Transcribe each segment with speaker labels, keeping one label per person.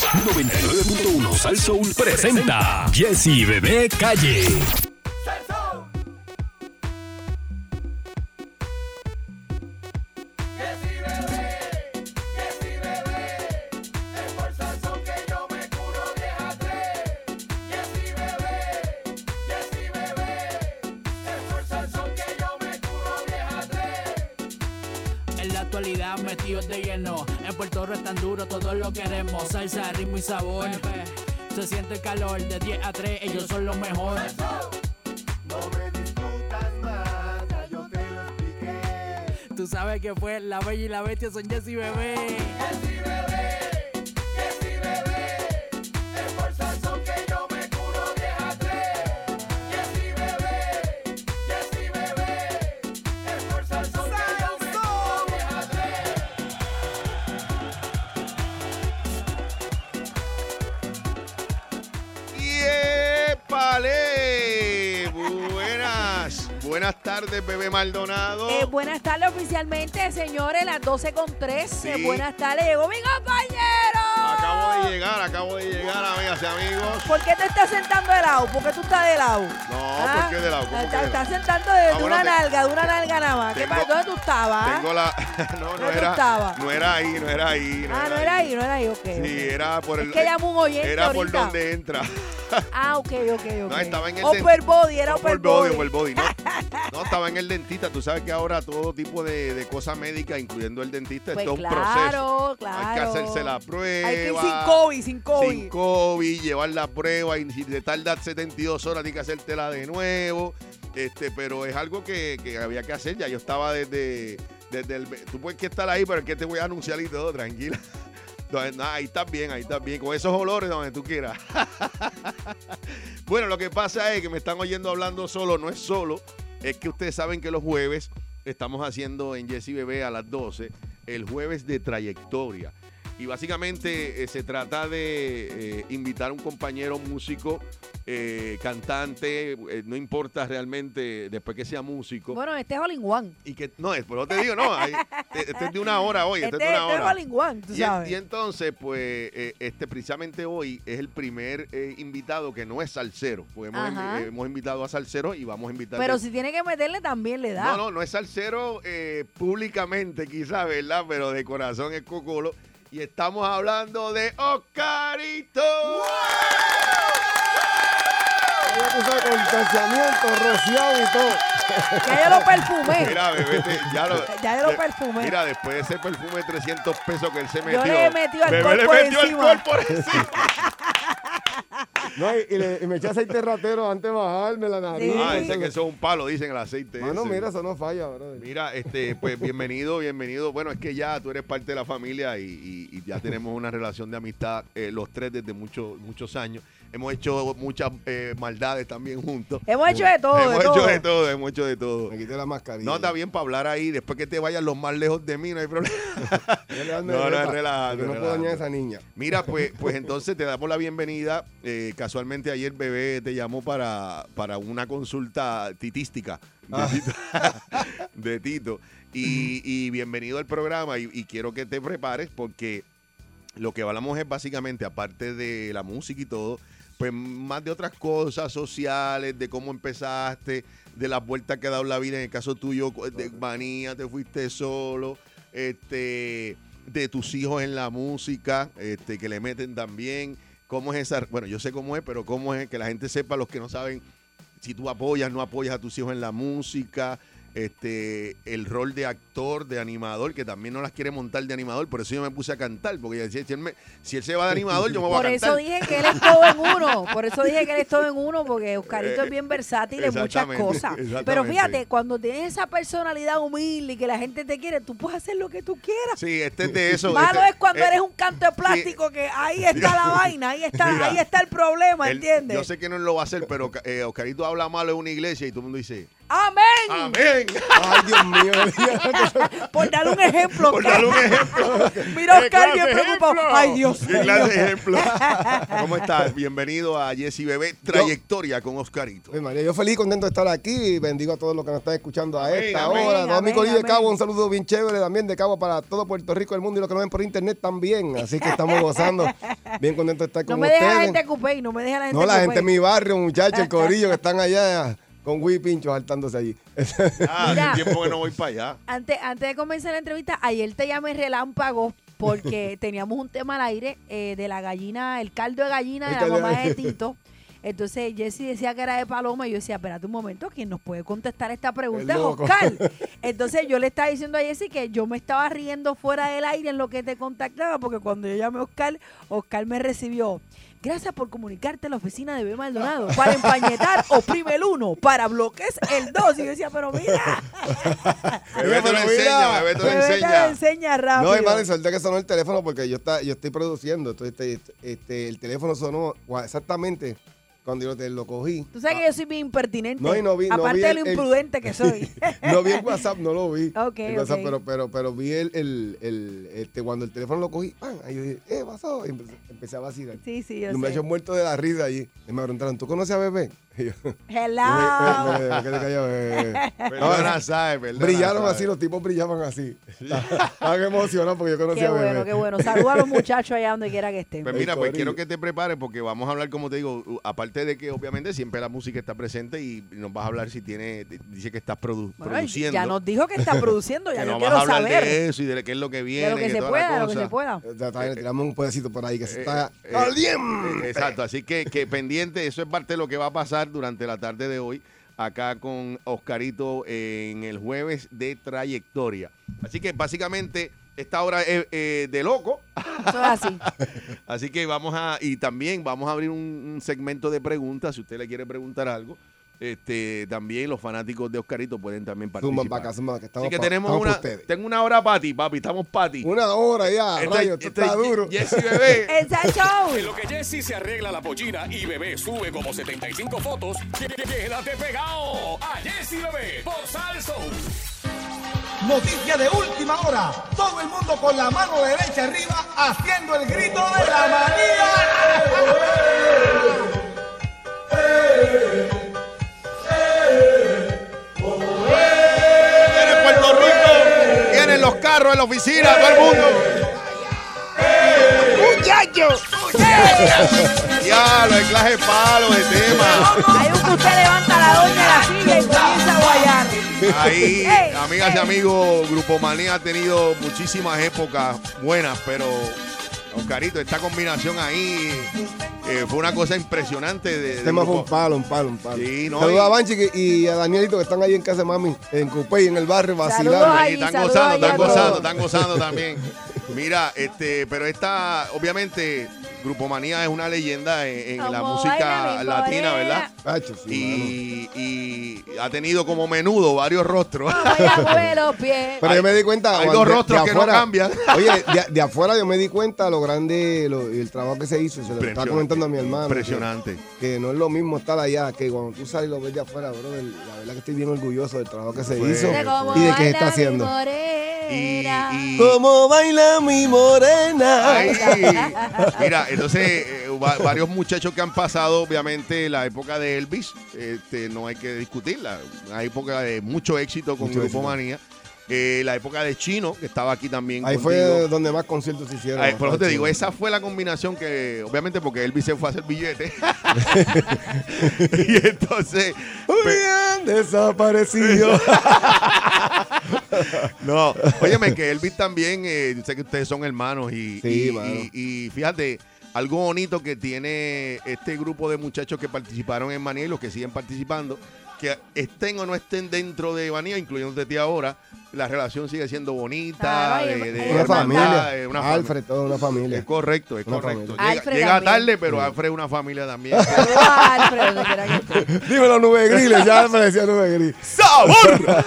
Speaker 1: 99.1 Sal Soul presenta Jesse Bebé Calle.
Speaker 2: En la actualidad metidos de lleno. En Puerto Rico es tan duro, todos lo queremos. Salsa, ritmo y sabor. Se siente el calor de 10 a 3, ellos son lo mejor.
Speaker 3: No me discutas más, ya yo te lo expliqué.
Speaker 2: Tú sabes que fue la bella y la bestia son Jessy Bebé.
Speaker 4: ¡Yepale! Buenas, buenas tardes, bebé Maldonado.
Speaker 5: Eh, buenas tardes oficialmente, señores, las 12 con 13.
Speaker 4: Sí.
Speaker 5: Buenas tardes, llegó mi compañero.
Speaker 4: Acabo de llegar, acabo de llegar, amigas y amigos.
Speaker 5: ¿Por qué te estás sentando de lado? ¿Por qué tú estás de lado? Ah,
Speaker 4: ¿por qué de lado? ¿Cómo
Speaker 5: Te
Speaker 4: que de
Speaker 5: estás,
Speaker 4: lado?
Speaker 5: sentando de, de
Speaker 4: Ah, bueno,
Speaker 5: una
Speaker 4: te-
Speaker 5: nalga, de una nalga nada más. ¿Qué
Speaker 4: tengo-
Speaker 5: pasó? ¿Dónde tú estabas? ah?
Speaker 4: Tengo la. No, no
Speaker 5: ¿Dónde
Speaker 4: era.
Speaker 5: estaba?
Speaker 4: No era ahí, no era ahí.
Speaker 5: ah, no era ahí, no era ahí, ok. ok.
Speaker 4: Sí, era por
Speaker 5: Es
Speaker 4: el.
Speaker 5: que llamó un oyente
Speaker 4: Era por
Speaker 5: ahorita.
Speaker 4: donde entra.
Speaker 5: Ah, ok, ok, ok.
Speaker 4: No, estaba en el
Speaker 5: Upper body, era
Speaker 4: Por
Speaker 5: upper
Speaker 4: body,
Speaker 5: body.
Speaker 4: por body. No, no, estaba en el dentista. Tú sabes que ahora todo tipo de, de cosas médicas, incluyendo el dentista,
Speaker 5: Pues
Speaker 4: esto es un proceso.
Speaker 5: claro, claro.
Speaker 4: Hay que hacerse la prueba.
Speaker 5: Hay que ir sin COVID, sin COVID.
Speaker 4: sin COVID, llevar la prueba y si te tardas 72 horas tienes que hacértela de nuevo. Este, pero es algo que, que había que hacer ya. Yo estaba desde, desde el... Tú puedes que estar ahí, pero es que te voy a anunciar y todo, tranquila. Entonces, nada, ahí estás bien, ahí estás bien, con esos olores donde tú quieras. bueno, lo que pasa es que me están oyendo hablando solo, no es solo, es que ustedes saben que los jueves estamos haciendo en Jesse Bebé a las 12, el jueves de trayectoria. Y básicamente eh, se trata de eh, invitar a un compañero músico, eh, cantante, eh, no importa realmente después que sea músico.
Speaker 5: Bueno, este es all in one.
Speaker 4: y que no es, por eso te digo, no, hay- este es de una hora hoy, este,
Speaker 5: este,
Speaker 4: es de una
Speaker 5: este es
Speaker 4: hora.
Speaker 5: all in one, tú
Speaker 4: Y, en-
Speaker 5: sabes.
Speaker 4: y entonces, pues, eh, este precisamente hoy es el primer eh, invitado que no es salsero. Porque hemos,
Speaker 5: Ajá.
Speaker 4: invi- eh, hemos invitado a salsero y vamos a invitar.
Speaker 5: Pero si tiene que meterle, también le da.
Speaker 4: No, no, no es salsero eh, públicamente, quizás, ¿verdad? Pero de corazón es cocolo. Y estamos hablando de Oscarito.
Speaker 3: Ella puso el distanciamiento, rociado y todo.
Speaker 5: Ya yo lo perfumé.
Speaker 4: Mira, bebé, te- ya lo,
Speaker 5: Ya yo lo
Speaker 4: de-
Speaker 5: perfumé.
Speaker 4: Mira, después de ese perfume de 300 pesos que él se metió.
Speaker 5: Yo le he metido
Speaker 4: bebé
Speaker 5: alcohol
Speaker 4: le
Speaker 5: por
Speaker 4: metió
Speaker 5: encima.
Speaker 4: alcohol por encima.
Speaker 3: No, y, y le- y me eché aceite ratero antes de bajarme la nariz.
Speaker 5: Sí.
Speaker 4: Ah, dice que eso es un palo, dicen el aceite.
Speaker 3: Mano,
Speaker 4: ese.
Speaker 3: mira, eso no falla, bro.
Speaker 4: Mira, este, pues bienvenido, bienvenido. Bueno, es que ya tú eres parte de la familia y, y- y ya tenemos una relación de amistad eh, los tres desde muchos muchos años. Hemos hecho muchas eh, maldades también juntos.
Speaker 5: Hemos hecho de todo,
Speaker 4: hemos
Speaker 5: de
Speaker 4: hecho
Speaker 5: todo.
Speaker 4: de todo, hemos hecho de todo.
Speaker 3: Me quité la mascarilla.
Speaker 4: No, está bien para hablar ahí. Después que te vayas los más lejos de mí, no hay problema.
Speaker 3: Yo le ando
Speaker 4: No,
Speaker 3: de
Speaker 4: no,
Speaker 3: reta,
Speaker 4: es relajando,
Speaker 3: porque No
Speaker 4: es
Speaker 3: puedo dañar a
Speaker 4: relajando.
Speaker 3: esa niña.
Speaker 4: Mira, pues, pues entonces te damos la bienvenida. Eh, casualmente ayer bebé te llamó para, para una consulta titística de, Tito, de Tito. Y, y bienvenido al programa y, y quiero que te prepares porque lo que hablamos es básicamente, aparte de la música y todo, pues más de otras cosas sociales, de cómo empezaste, de las vueltas que ha dado la vida, en el caso tuyo, cu- de manía, te fuiste solo, este, de tus hijos en la música, este, que le meten también, cómo es esa, bueno, yo sé cómo es, pero cómo es que la gente sepa, los que no saben, si tú apoyas, no apoyas a tus hijos en la música, este, el rol de actor, de animador, que también no las quiere montar de animador, por eso yo me puse a cantar, porque yo decía, si él, me- si él se va de animador, yo me voy
Speaker 5: Por
Speaker 4: a
Speaker 5: eso
Speaker 4: cantar.
Speaker 5: dije que él es todo en uno. Por eso dije que él es todo en uno, porque Oscarito
Speaker 4: Eh,
Speaker 5: es bien versátil en muchas
Speaker 4: exactamente,
Speaker 5: cosas. Pero
Speaker 4: exactamente.
Speaker 5: fíjate, cuando tienes esa personalidad humilde y que la gente te quiere, tú puedes hacer lo que tú quieras.
Speaker 4: Sí, este es de eso.
Speaker 5: Malo
Speaker 4: este-
Speaker 5: es cuando
Speaker 4: eh,
Speaker 5: eres un canto de plástico que ahí está la vaina, ahí está,
Speaker 4: Mira,
Speaker 5: ahí está el problema,
Speaker 4: él-
Speaker 5: ¿entiendes?
Speaker 4: Yo sé que no lo va a hacer, pero eh, Oscarito habla malo en una iglesia y todo el mundo dice,
Speaker 5: Amén.
Speaker 4: Amén.
Speaker 6: Ay, Dios mío.
Speaker 5: Por dar un ejemplo.
Speaker 4: Por dar un ejemplo.
Speaker 5: Mira,
Speaker 4: ¡Qué
Speaker 5: Oscar,
Speaker 4: clase
Speaker 5: bien
Speaker 4: de
Speaker 5: preocupado.
Speaker 4: ejemplo!
Speaker 5: Ay, Dios
Speaker 4: ¡Qué
Speaker 5: mío.
Speaker 4: clase de ejemplo! ¿Cómo estás? Bienvenido a Jesse Bebé, trayectoria con Oscarito.
Speaker 6: Ay, Pues, María, yo feliz y contento de estar aquí. Bendigo a todos los que nos están escuchando a
Speaker 4: Amén,
Speaker 6: esta
Speaker 4: amén,
Speaker 6: hora.
Speaker 5: amén,
Speaker 6: Domingo Lee de
Speaker 5: amén.
Speaker 6: Cabo, un saludo bien chévere también de Cabo para todo Puerto Rico, el mundo y los que nos ven por internet también. Así que estamos gozando. Bien contento de estar
Speaker 5: No
Speaker 6: con
Speaker 5: me
Speaker 6: ustedes.
Speaker 5: deja la gente coupé y no me deja la gente
Speaker 6: no, la
Speaker 5: coupé.
Speaker 6: gente de mi barrio, muchachos, el corillo que están allá con Wii Pincho saltándose allí.
Speaker 4: Ah,
Speaker 5: Mira.
Speaker 4: hace tiempo que no voy para allá.
Speaker 5: Antes, antes de comenzar la entrevista, ayer te llamé relámpago porque teníamos un tema al aire eh, de la gallina, el caldo de gallina de
Speaker 6: El
Speaker 5: la
Speaker 6: caldo de
Speaker 5: mamá de
Speaker 6: gallina.
Speaker 5: Tito. Entonces Jesse decía que era de paloma y yo decía, espérate un momento, quien nos puede contestar esta pregunta
Speaker 6: El
Speaker 5: es
Speaker 6: loco.
Speaker 5: Oscar. Entonces yo le estaba diciendo a Jesse que yo me estaba riendo fuera del aire en lo que te contactaba porque cuando yo llamé a Oscar, Oscar me recibió. Gracias por comunicarte a la oficina de B. Maldonado. Para empañetar, oprime el 1. Para bloques, el 2. Y yo decía, pero mira.
Speaker 4: Bebé te lo
Speaker 6: Mira,
Speaker 4: enseña, bebé te lo
Speaker 5: Bebé, te lo
Speaker 4: enseña.
Speaker 5: enseña rápido.
Speaker 6: No, hermano, y suerte que sonó el teléfono porque yo, está, yo estoy produciendo. Entonces, este, este, el teléfono sonó gua- exactamente cuando yo te lo cogí.
Speaker 5: Tú sabes que yo soy bien impertinente.
Speaker 6: No, y no vi- no
Speaker 5: Aparte
Speaker 6: vi
Speaker 5: de
Speaker 6: el-
Speaker 5: lo
Speaker 6: el-
Speaker 5: imprudente que soy.
Speaker 6: No vi el WhatsApp, no lo vi.
Speaker 5: Ok,
Speaker 6: el WhatsApp,
Speaker 5: ok.
Speaker 6: pero, pero, pero vi el, el, el- este, cuando el teléfono lo cogí, ¡pam! Ahí yo dije, ¿qué pasó? Y empecé, empecé a vacilar.
Speaker 5: sí, sí, yo
Speaker 6: Los
Speaker 5: sé.
Speaker 6: muchachos muertos de la risa allí. Y me preguntaron, ¿tú conoces a Bebé? Y yo,
Speaker 5: Hello.
Speaker 6: me- me- me quedé callado, Bebé.
Speaker 4: Perdona, ¿sabes? Perdona,
Speaker 6: Brillaron
Speaker 4: ¿sabes?
Speaker 6: así, los tipos brillaban así. Estaban emocionados porque yo conocí
Speaker 5: Qué
Speaker 6: a Bebé.
Speaker 5: bueno, qué bueno. Saludos a los muchachos allá donde quiera que estén.
Speaker 4: Pues mira,
Speaker 6: El
Speaker 4: pues
Speaker 6: corillo.
Speaker 4: quiero que te prepares porque vamos a hablar, como te digo, u- aparte de que obviamente siempre la música está presente y nos vas a hablar si tiene, dice que estás produ-
Speaker 5: Bueno,
Speaker 4: produciendo.
Speaker 5: ya nos dijo que está produciendo, ya
Speaker 4: que
Speaker 5: yo
Speaker 4: nos vas
Speaker 5: quiero
Speaker 4: a hablar
Speaker 5: saber.
Speaker 4: de eso y de qué es lo que viene.
Speaker 5: de lo que
Speaker 4: y
Speaker 5: se
Speaker 4: toda la
Speaker 5: pueda, de lo que
Speaker 4: cosa.
Speaker 5: se pueda.
Speaker 6: Ya está bien, le tiramos un pedacito por ahí que se
Speaker 4: Eh,
Speaker 6: está
Speaker 4: eh,
Speaker 6: caliente.
Speaker 4: Eh, Exacto, así que, que pendiente, eso es parte de lo que va a pasar durante la tarde de hoy acá con Oscarito en el jueves de trayectoria. Así que básicamente esta hora es eh, de loco,
Speaker 5: Eso es así.
Speaker 4: así que vamos a, y también vamos a abrir un, un segmento de preguntas, si usted le quiere preguntar algo, este también los fanáticos de Oscarito pueden también
Speaker 6: Zumba para acá,
Speaker 4: participar.
Speaker 6: zumba para acá. Estamos
Speaker 4: Así que
Speaker 6: pa-
Speaker 4: tenemos
Speaker 6: estamos pa'
Speaker 4: una,
Speaker 6: ustedes.
Speaker 4: tengo una hora para ti, papi, estamos para ti.
Speaker 6: Una hora ya,
Speaker 4: eh, Este-
Speaker 6: rayo, esto
Speaker 4: este-
Speaker 6: está duro. Eh.
Speaker 4: Jessy, bebé.
Speaker 5: ¡Esa es show!
Speaker 1: En lo que Jesse se arregla la pollina y bebé sube como 75 fotos, qu- qu- quédate pegado a Jesse Bebé por Salsoul.
Speaker 7: Noticia de última hora. Todo el mundo con la mano derecha arriba haciendo el grito de la manía.
Speaker 4: Viene Puerto Rico, vienen los carros en la oficina, todo el mundo. ¡Muchachos! Ya, lo clase de palo de tema.
Speaker 5: Hay un que usted levanta la doña de la silla y comienza a guayar.
Speaker 4: Ahí,
Speaker 5: Ey,
Speaker 4: amigas y
Speaker 5: ey.
Speaker 4: amigos, Grupo Manía ha tenido muchísimas épocas buenas, pero Oscarito, esta combinación ahí eh, fue una cosa impresionante. De, de
Speaker 6: El tema Este fue un
Speaker 4: grupo.
Speaker 6: palo, un palo, un palo.
Speaker 4: Sí, no,
Speaker 6: Saludos
Speaker 4: y-
Speaker 6: a Banchi que- y a Danielito que están ahí en casa de mami, en Coupé y en el barrio
Speaker 5: Saludos
Speaker 6: vacilando.
Speaker 5: ahí,
Speaker 4: Y están
Speaker 5: saludos
Speaker 4: gozando,
Speaker 5: ahí a
Speaker 4: están
Speaker 5: todos.
Speaker 4: gozando, están gozando también. Mira, este, pero esta, obviamente, Grupo Manía es una leyenda en, en la
Speaker 5: Como baila
Speaker 4: música
Speaker 5: mi
Speaker 4: latina, ¿verdad?
Speaker 6: Tacho, sí,
Speaker 4: Y,
Speaker 6: mano.
Speaker 4: y ha tenido como menudo varios rostros.
Speaker 6: Ah.
Speaker 5: Voy a mover los pies.
Speaker 6: Pero yo me di cuenta.
Speaker 4: hay
Speaker 6: Juan,
Speaker 4: dos rostros que no cambian.
Speaker 6: Oye, de, de afuera yo me di cuenta lo grande lo- y el trabajo que se hizo. Se lo estaba
Speaker 4: Impresionante.
Speaker 6: comentando a mi hermano. que-
Speaker 4: Impresionante.
Speaker 6: Que, no es lo mismo estar allá que cuando tú sales y lo ves de afuera, bro. el- La verdad que estoy bien orgulloso del trabajo que se
Speaker 4: Pues,
Speaker 6: hizo
Speaker 5: De cómo
Speaker 6: y de qué
Speaker 5: baila
Speaker 6: está
Speaker 5: mi
Speaker 6: haciendo.
Speaker 4: Y,
Speaker 5: morena.
Speaker 4: y-
Speaker 6: Como baila mi morena.
Speaker 4: Ay, mira, entonces eh, va- varios muchachos que han pasado, obviamente, la época de Elvis, este, no hay que discutirla. Una época de mucho éxito con
Speaker 6: Mucho
Speaker 4: Grupo
Speaker 6: éxito.
Speaker 4: Manía. Eh, la época de Chino, que estaba aquí también.
Speaker 6: Ahí
Speaker 4: contigo.
Speaker 6: fue donde más conciertos se hicieron.
Speaker 4: Ay, por eso te digo, esa fue la combinación que, obviamente, porque Elvis se fue a hacer billete. y entonces,
Speaker 6: Bien, desaparecido.
Speaker 4: no, óyeme, que Elvis también, eh, sé que ustedes son hermanos y,
Speaker 6: Sí,
Speaker 4: y-
Speaker 6: mano.
Speaker 4: y- y fíjate, algo bonito que tiene este grupo de muchachos que participaron en Manía y los que siguen participando, que estén o no estén dentro de Manía, incluyéndote a ti ahora, la relación sigue siendo bonita,
Speaker 5: Claro,
Speaker 4: de,
Speaker 5: y-
Speaker 4: de
Speaker 5: Una
Speaker 6: una
Speaker 4: hermandad,
Speaker 6: familia.
Speaker 4: eh, una familia.
Speaker 6: Alfred, toda una familia.
Speaker 4: Es correcto, es
Speaker 6: Una
Speaker 4: correcto.
Speaker 5: familia.
Speaker 4: Llega,
Speaker 5: Alfred
Speaker 4: llega
Speaker 5: también.
Speaker 4: tarde, pero Alfred es una familia también.
Speaker 5: Saludos a Alfred, donde quiera que esté.
Speaker 6: Dímelo, Nube Griles. Ya me decía Nube Gris.
Speaker 4: ¡Sabor!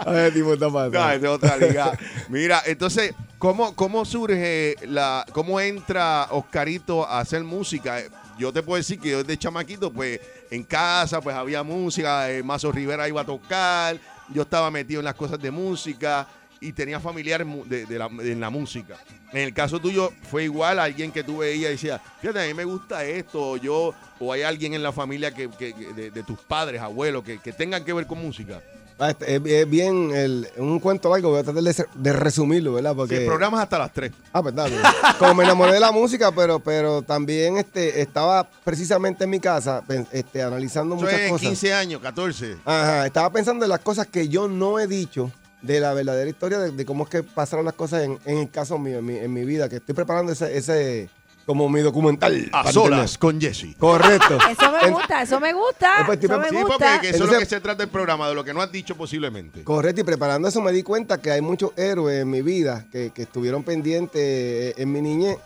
Speaker 6: A ver, tipo, está
Speaker 4: No, es
Speaker 6: pasando.
Speaker 4: de otra liga. Mira, entonces, ¿cómo, cómo surge la. ¿Cómo entra Oscarito a hacer música? yo te puedo decir que yo desde chamaquito, pues en casa, pues había música, eh, Mazo Rivera iba a tocar, yo estaba metido en las cosas de música y tenía familiares mu- de, de la, en la música. En el caso tuyo fue igual a alguien que tú veías y decías, fíjate, a mí me gusta esto, o yo, o hay alguien en la familia que, que- que- de, de tus padres, abuelos, que, que tengan que ver con música.
Speaker 6: Ah, este, Es, es bien el- un cuento largo, voy a tratar de, ser- de resumirlo, ¿verdad? Porque,
Speaker 4: Que el programa es hasta las 3.
Speaker 6: Ah, verdad. bien. Como me enamoré de la música, pero, pero también este, estaba precisamente en mi casa pen- este, analizando
Speaker 4: Eso
Speaker 6: muchas
Speaker 4: es en
Speaker 6: cosas.
Speaker 4: 15 años, 14.
Speaker 6: Ajá, estaba pensando en las cosas que yo no he dicho de la verdadera historia, de, de cómo es que pasaron las cosas en, en el caso mío, en mi, en mi vida, que estoy preparando ese, ese como mi documental.
Speaker 4: A
Speaker 6: para
Speaker 4: solas con Jesse.
Speaker 6: entender. Correcto.
Speaker 5: Eso me
Speaker 6: En-
Speaker 5: gusta, eso me gusta.
Speaker 6: Eh, pues, tipo,
Speaker 5: eso me
Speaker 4: Sí, porque
Speaker 5: gusta.
Speaker 4: que eso es lo
Speaker 6: Entonces-
Speaker 4: que se trata el programa, de lo que no has dicho posiblemente.
Speaker 6: Correcto, y preparando eso me di cuenta que hay muchos héroes en mi vida que, que estuvieron pendientes eh, en mi niñez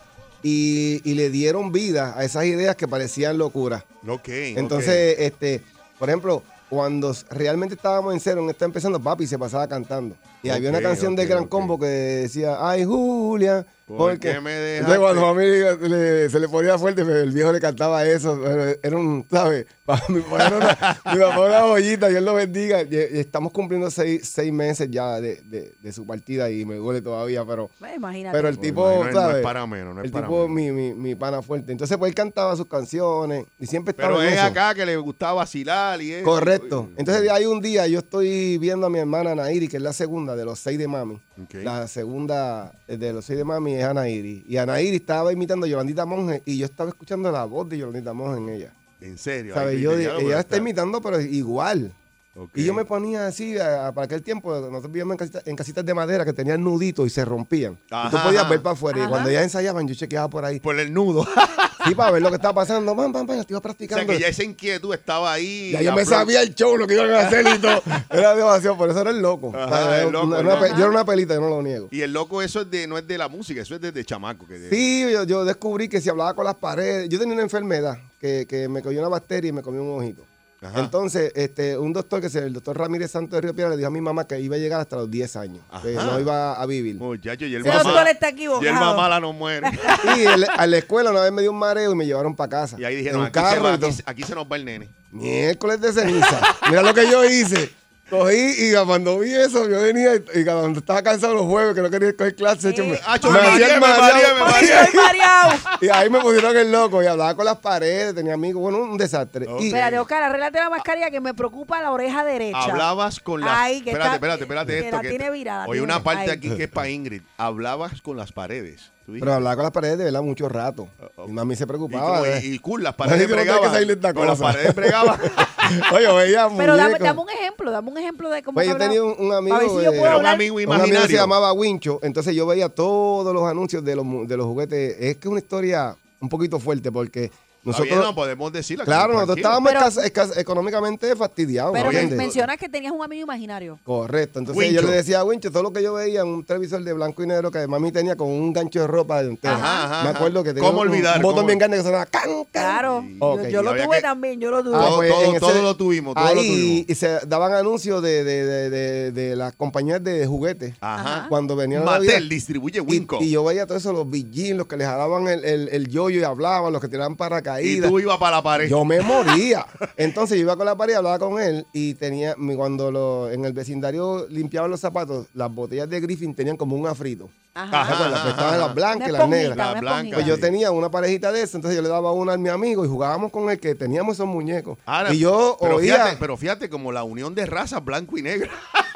Speaker 6: y, y le dieron vida a esas ideas que parecían locuras.
Speaker 4: Ok.
Speaker 6: Entonces, este, por ejemplo, cuando s- realmente estábamos en cero, en está empezando, papi se pasaba cantando. Y había una
Speaker 4: Ok,
Speaker 6: canción
Speaker 4: ok,
Speaker 6: de Gran
Speaker 4: ok.
Speaker 6: Combo que decía, ay Julia,
Speaker 4: ¿Por qué me dejaste?
Speaker 6: Entonces, cuando a mí le- le- se le ponía fuerte, pero el viejo le cantaba eso. pero Era un, ¿sabes? Para mi papá era una, mi papá era una joyita, Dios lo bendiga. Y- y estamos cumpliendo seis, seis meses ya de, de- de su partida y me duele todavía, pero...
Speaker 5: Bueno, imagínate.
Speaker 6: Pero el
Speaker 4: Me
Speaker 6: tipo,
Speaker 4: imagino, no es
Speaker 6: ¿sabes?
Speaker 4: para menos, no es
Speaker 6: el
Speaker 4: para
Speaker 6: tipo,
Speaker 4: menos.
Speaker 6: mi, mi, mi pana fuerte. Entonces, pues él cantaba sus canciones y siempre estaba
Speaker 4: Pero
Speaker 6: en
Speaker 4: es
Speaker 6: eso.
Speaker 4: acá eh. que le gustaba vacilar y eso.
Speaker 6: Correcto. Entonces hay un día, yo estoy viendo a mi hermana Nairi, que es la segunda de los seis de mami.
Speaker 4: Ok.
Speaker 6: La segunda eh, de los seis de mami es Anairi. Y Anairi estaba imitando a Yolandita Monge y yo estaba escuchando la voz de Yolandita Monge en ella.
Speaker 4: En serio. ahí
Speaker 6: ¿Sabes?
Speaker 4: te
Speaker 6: Yo,
Speaker 4: diría,
Speaker 6: ella
Speaker 4: pero
Speaker 6: está imitando, pero igual.
Speaker 4: ok.
Speaker 6: Y yo me ponía así, a- a- para aquel tiempo, nosotros vivíamos en, casita- en casitas de madera que tenían nuditos y se rompían. Y tú
Speaker 4: Ajá,
Speaker 6: podías
Speaker 4: ajá.
Speaker 6: ver para afuera. Y
Speaker 5: Ajá.
Speaker 6: cuando ellas ensayaban, yo chequeaba por ahí.
Speaker 4: Por el nudo.
Speaker 6: Y para ver lo que estaba pasando, pam, pam, pam, yo iba
Speaker 4: o sea,
Speaker 6: practicando.
Speaker 4: que ya esa inquietud estaba ahí.
Speaker 6: Ya yo me
Speaker 4: la pro-
Speaker 6: sabía el show, lo que iban a hacer y todo. Era demasiado, por eso era el loco.
Speaker 4: Ajá,
Speaker 6: O sea,
Speaker 4: el
Speaker 6: era
Speaker 4: loco,
Speaker 6: una-
Speaker 4: el
Speaker 6: una
Speaker 4: loco.
Speaker 6: pe- Yo era una pelita, yo no lo niego.
Speaker 4: Y el loco, eso es de, no es de la música, eso es desde chamaco. Que de-
Speaker 6: Sí, yo, yo descubrí que si hablaba con las paredes, yo tenía una enfermedad que, que me cogió una bacteria y me comió un ojito.
Speaker 4: Ajá.
Speaker 6: Entonces, este, un doctor que se el doctor Ramírez Santos de Río Piedra le dijo a mi mamá que iba a llegar hasta los 10 años, que
Speaker 4: Ajá.
Speaker 6: no iba a vivir.
Speaker 4: Muchacho, y el
Speaker 5: Ese doctor está equivocado.
Speaker 4: Y el mamá la no muere.
Speaker 6: Y el- a la escuela una vez me dio un mareo y me llevaron para casa.
Speaker 4: Y ahí
Speaker 6: En
Speaker 4: dijeron,
Speaker 6: un
Speaker 4: aquí, se va,
Speaker 6: y
Speaker 4: aquí
Speaker 6: todo.
Speaker 4: se- aquí se nos va el nene.
Speaker 6: Miércoles de ceniza. Mira lo que yo hice. Cogí y cuando vi eso, yo venía y, y cuando estaba cansado los jueves, que no quería coger clases,
Speaker 5: Sí.
Speaker 6: me,
Speaker 4: Ah, yo
Speaker 6: me
Speaker 4: me mareé,
Speaker 6: hacía el
Speaker 4: me
Speaker 6: mareado.
Speaker 4: mareé, me
Speaker 5: Porque estoy mareado.
Speaker 6: Y ahí me pusieron el loco y hablaba con las paredes, tenía amigos, bueno, un desastre.
Speaker 4: Ok.
Speaker 6: Y-
Speaker 5: Espérate, Oscar, arréglate la mascarilla que me preocupa la oreja derecha.
Speaker 4: Hablabas con las
Speaker 5: Ay, que
Speaker 4: espérate,
Speaker 5: está-
Speaker 4: espérate, espérate,
Speaker 5: que
Speaker 4: esto
Speaker 5: la tiene virada,
Speaker 4: Oye,
Speaker 5: tiene-
Speaker 4: una parte
Speaker 5: ay.
Speaker 4: aquí que es para Ingrid. Hablabas con las paredes. ¿Tú dijiste?
Speaker 6: pero hablaba con las paredes de verdad mucho rato. Mi mami se
Speaker 4: Oh, y,
Speaker 6: preocupaba.
Speaker 4: como, y,
Speaker 6: ¿eh?
Speaker 4: y cool, las
Speaker 6: Ay,
Speaker 4: paredes
Speaker 6: yo no tengo que
Speaker 4: bregaban.
Speaker 6: salir de esta
Speaker 4: Con las
Speaker 6: cosa.
Speaker 4: paredes bregaban.
Speaker 6: Oye, yo veía
Speaker 5: Pero dame,
Speaker 6: muñecos.
Speaker 5: dame un ejemplo, dame un ejemplo de cómo
Speaker 6: Pues
Speaker 5: te
Speaker 6: yo tenía un, un amigo.
Speaker 5: A ver si yo
Speaker 6: eh,
Speaker 5: puedo
Speaker 4: Era un
Speaker 5: hablar.
Speaker 4: amigo
Speaker 6: Un amigo se
Speaker 4: imaginario.
Speaker 6: llamaba Wincho, entonces yo veía todos los anuncios de los, mu- de los juguetes. Es que es una historia un poquito fuerte porque
Speaker 4: Nosotros
Speaker 6: nosotros...
Speaker 4: no podemos decirlo. aquí,
Speaker 6: claro, nosotros
Speaker 4: tranquilo.
Speaker 6: estábamos
Speaker 5: Pero-
Speaker 6: escas- escas- económicamente fastidiados.
Speaker 5: Pero
Speaker 6: ¿me
Speaker 5: men-
Speaker 6: entiendes?
Speaker 5: mencionas que tenías un amigo imaginario.
Speaker 6: Correcto, entonces
Speaker 4: Wincho.
Speaker 6: yo le decía a Wincho todo lo que yo veía en un televisor de blanco y negro que mami tenía con un gancho de ropa de un tejo.
Speaker 4: Ajá, ajá,
Speaker 6: Me
Speaker 4: ajá.
Speaker 6: acuerdo que tenía
Speaker 4: ¿Cómo
Speaker 6: un-
Speaker 4: olvidar?
Speaker 6: un botón
Speaker 4: ¿Cómo?
Speaker 6: bien grande que sonaba can, can.
Speaker 5: Claro,
Speaker 4: Sí.
Speaker 5: yo-
Speaker 6: Ok.
Speaker 5: yo, lo
Speaker 4: Había
Speaker 5: tuve
Speaker 4: que-
Speaker 5: también, yo lo tuve.
Speaker 4: Ah, Todo-
Speaker 6: en
Speaker 4: todo- todo lo tuvimos, todo
Speaker 6: ahí
Speaker 4: lo tuvimos.
Speaker 6: y se daban anuncios de, de, de, de- de las compañías de juguetes.
Speaker 4: Ajá.
Speaker 6: Cuando venían a la vida.
Speaker 4: Mattel distribuye
Speaker 6: Y,
Speaker 4: Winco.
Speaker 6: y
Speaker 4: Y,
Speaker 6: yo veía todo eso, los billín, los que les jalaban el, el, el yoyo y hablaban, los que tiraban paracaídas.
Speaker 4: tú ibas para la pared.
Speaker 6: Yo me moría. Entonces yo iba con la pared, hablaba con él y tenía, mi- cuando lo- en el vecindario limpiaban los zapatos, las botellas de Griffin tenían como un afrito.
Speaker 5: Ajá.
Speaker 6: ¿Te acuerdas? Pues estaban las
Speaker 5: Una
Speaker 6: blancas y las
Speaker 5: esponjita,
Speaker 6: negras.
Speaker 5: una
Speaker 4: La blanca.
Speaker 5: esponjita.
Speaker 6: Pues
Speaker 4: Claro.
Speaker 6: yo tenía una parejita de eso, entonces yo le daba una a mi amigo y jugábamos con el que teníamos esos muñecos.
Speaker 4: Ahora,
Speaker 6: y yo
Speaker 4: pero
Speaker 6: oía,
Speaker 4: Fíjate, pero fíjate, como la unión de razas blanco y negro.